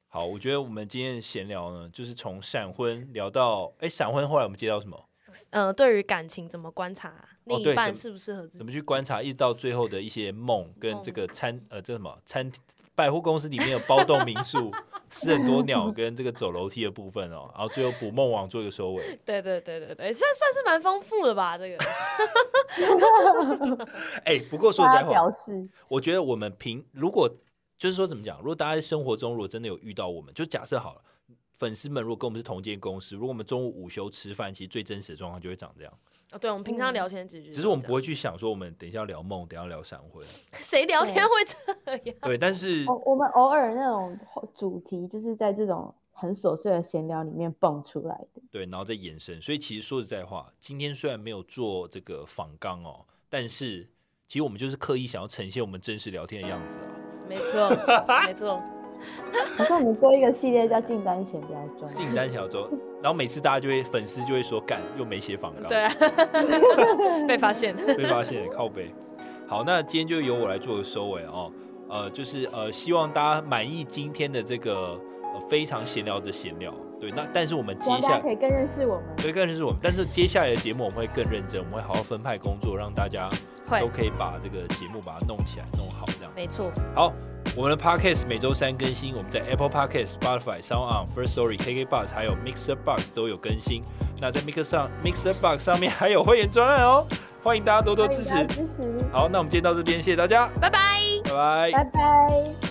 S3: 好，我觉得我们今天的闲聊呢，就是从闪婚聊到哎，闪婚后来我们接到什么？
S1: 呃，对于感情怎么观察另
S3: 哦对
S1: 一
S3: 怎
S1: 半
S3: 么
S1: 适不适合自己
S3: 怎？么去观察，一直到最后的一些梦，跟这个餐呃，这个什么餐百货公司里面有包栋民宿，吃很多鸟，跟这个走楼梯的部分哦，然后最后捕梦网做一个收尾。
S1: 对对对对对，算算是蛮丰富的吧，这个
S3: 哎、不过说实
S2: 大
S3: 在
S2: 家
S3: 话
S2: 表，示
S3: 我觉得我们平如果就是说怎么讲，如果大家在生活中如果真的有遇到我们，就假设好了，粉丝们如果跟我们是同间公司，如果我们中午午休吃饭，其实最真实的状况就会长这样。
S1: 哦，对我们平常聊天只是
S3: 只是我们不
S1: 会，
S3: 会去想说我们等一下要聊梦，等一下要聊闪
S2: *laughs*
S3: 婚，
S1: 谁聊天会这样？ *laughs*
S3: 对，但是
S2: 哦我我们偶尔那种主题，就是在这种很琐碎的闲聊里面蹦出来的。
S3: 对，然后再延伸。所以其实说实在话，今天虽然没有做这个仿纲哦，但是其实我们就是刻意想要呈现我们真实聊天的样子啊。
S1: 没错，没错，
S2: 好像我们做一个系列叫“近端闲聊中
S3: 进单小周，然后每次大家就会粉丝就会说，干又没写访纲，
S1: *laughs* 对、啊，啊 *laughs* 被发现。
S3: 被发现靠背。好，那今天就由我来做个收尾哦。呃，就是呃，希望大家满意今天的这个、呃、非常闲聊的闲聊。对，那但是我们
S2: 希
S3: 接
S2: 望大
S3: 下
S2: 家可以更认识我们。
S3: 对更认识我们，但是接下来的节目我们会更认真，我们会好好分派工作，让大家
S1: 会
S3: 都，可以把这个节目把它弄起来、弄好这样。
S1: 没错，
S3: 好，我们的 podcast 每周三更新，我们在 Apple Podcast、Spotify、Sound On、First Story、KK Box 还有 Mixer Box 都有更新。那在 Mixer 上 Mixer Box 上面还有会员专案哦，欢迎大家多多支持
S2: 欢迎。大家支持，
S3: 好，那我们今天到这边，谢谢大家，
S1: 拜拜。
S3: 拜拜
S2: 拜拜。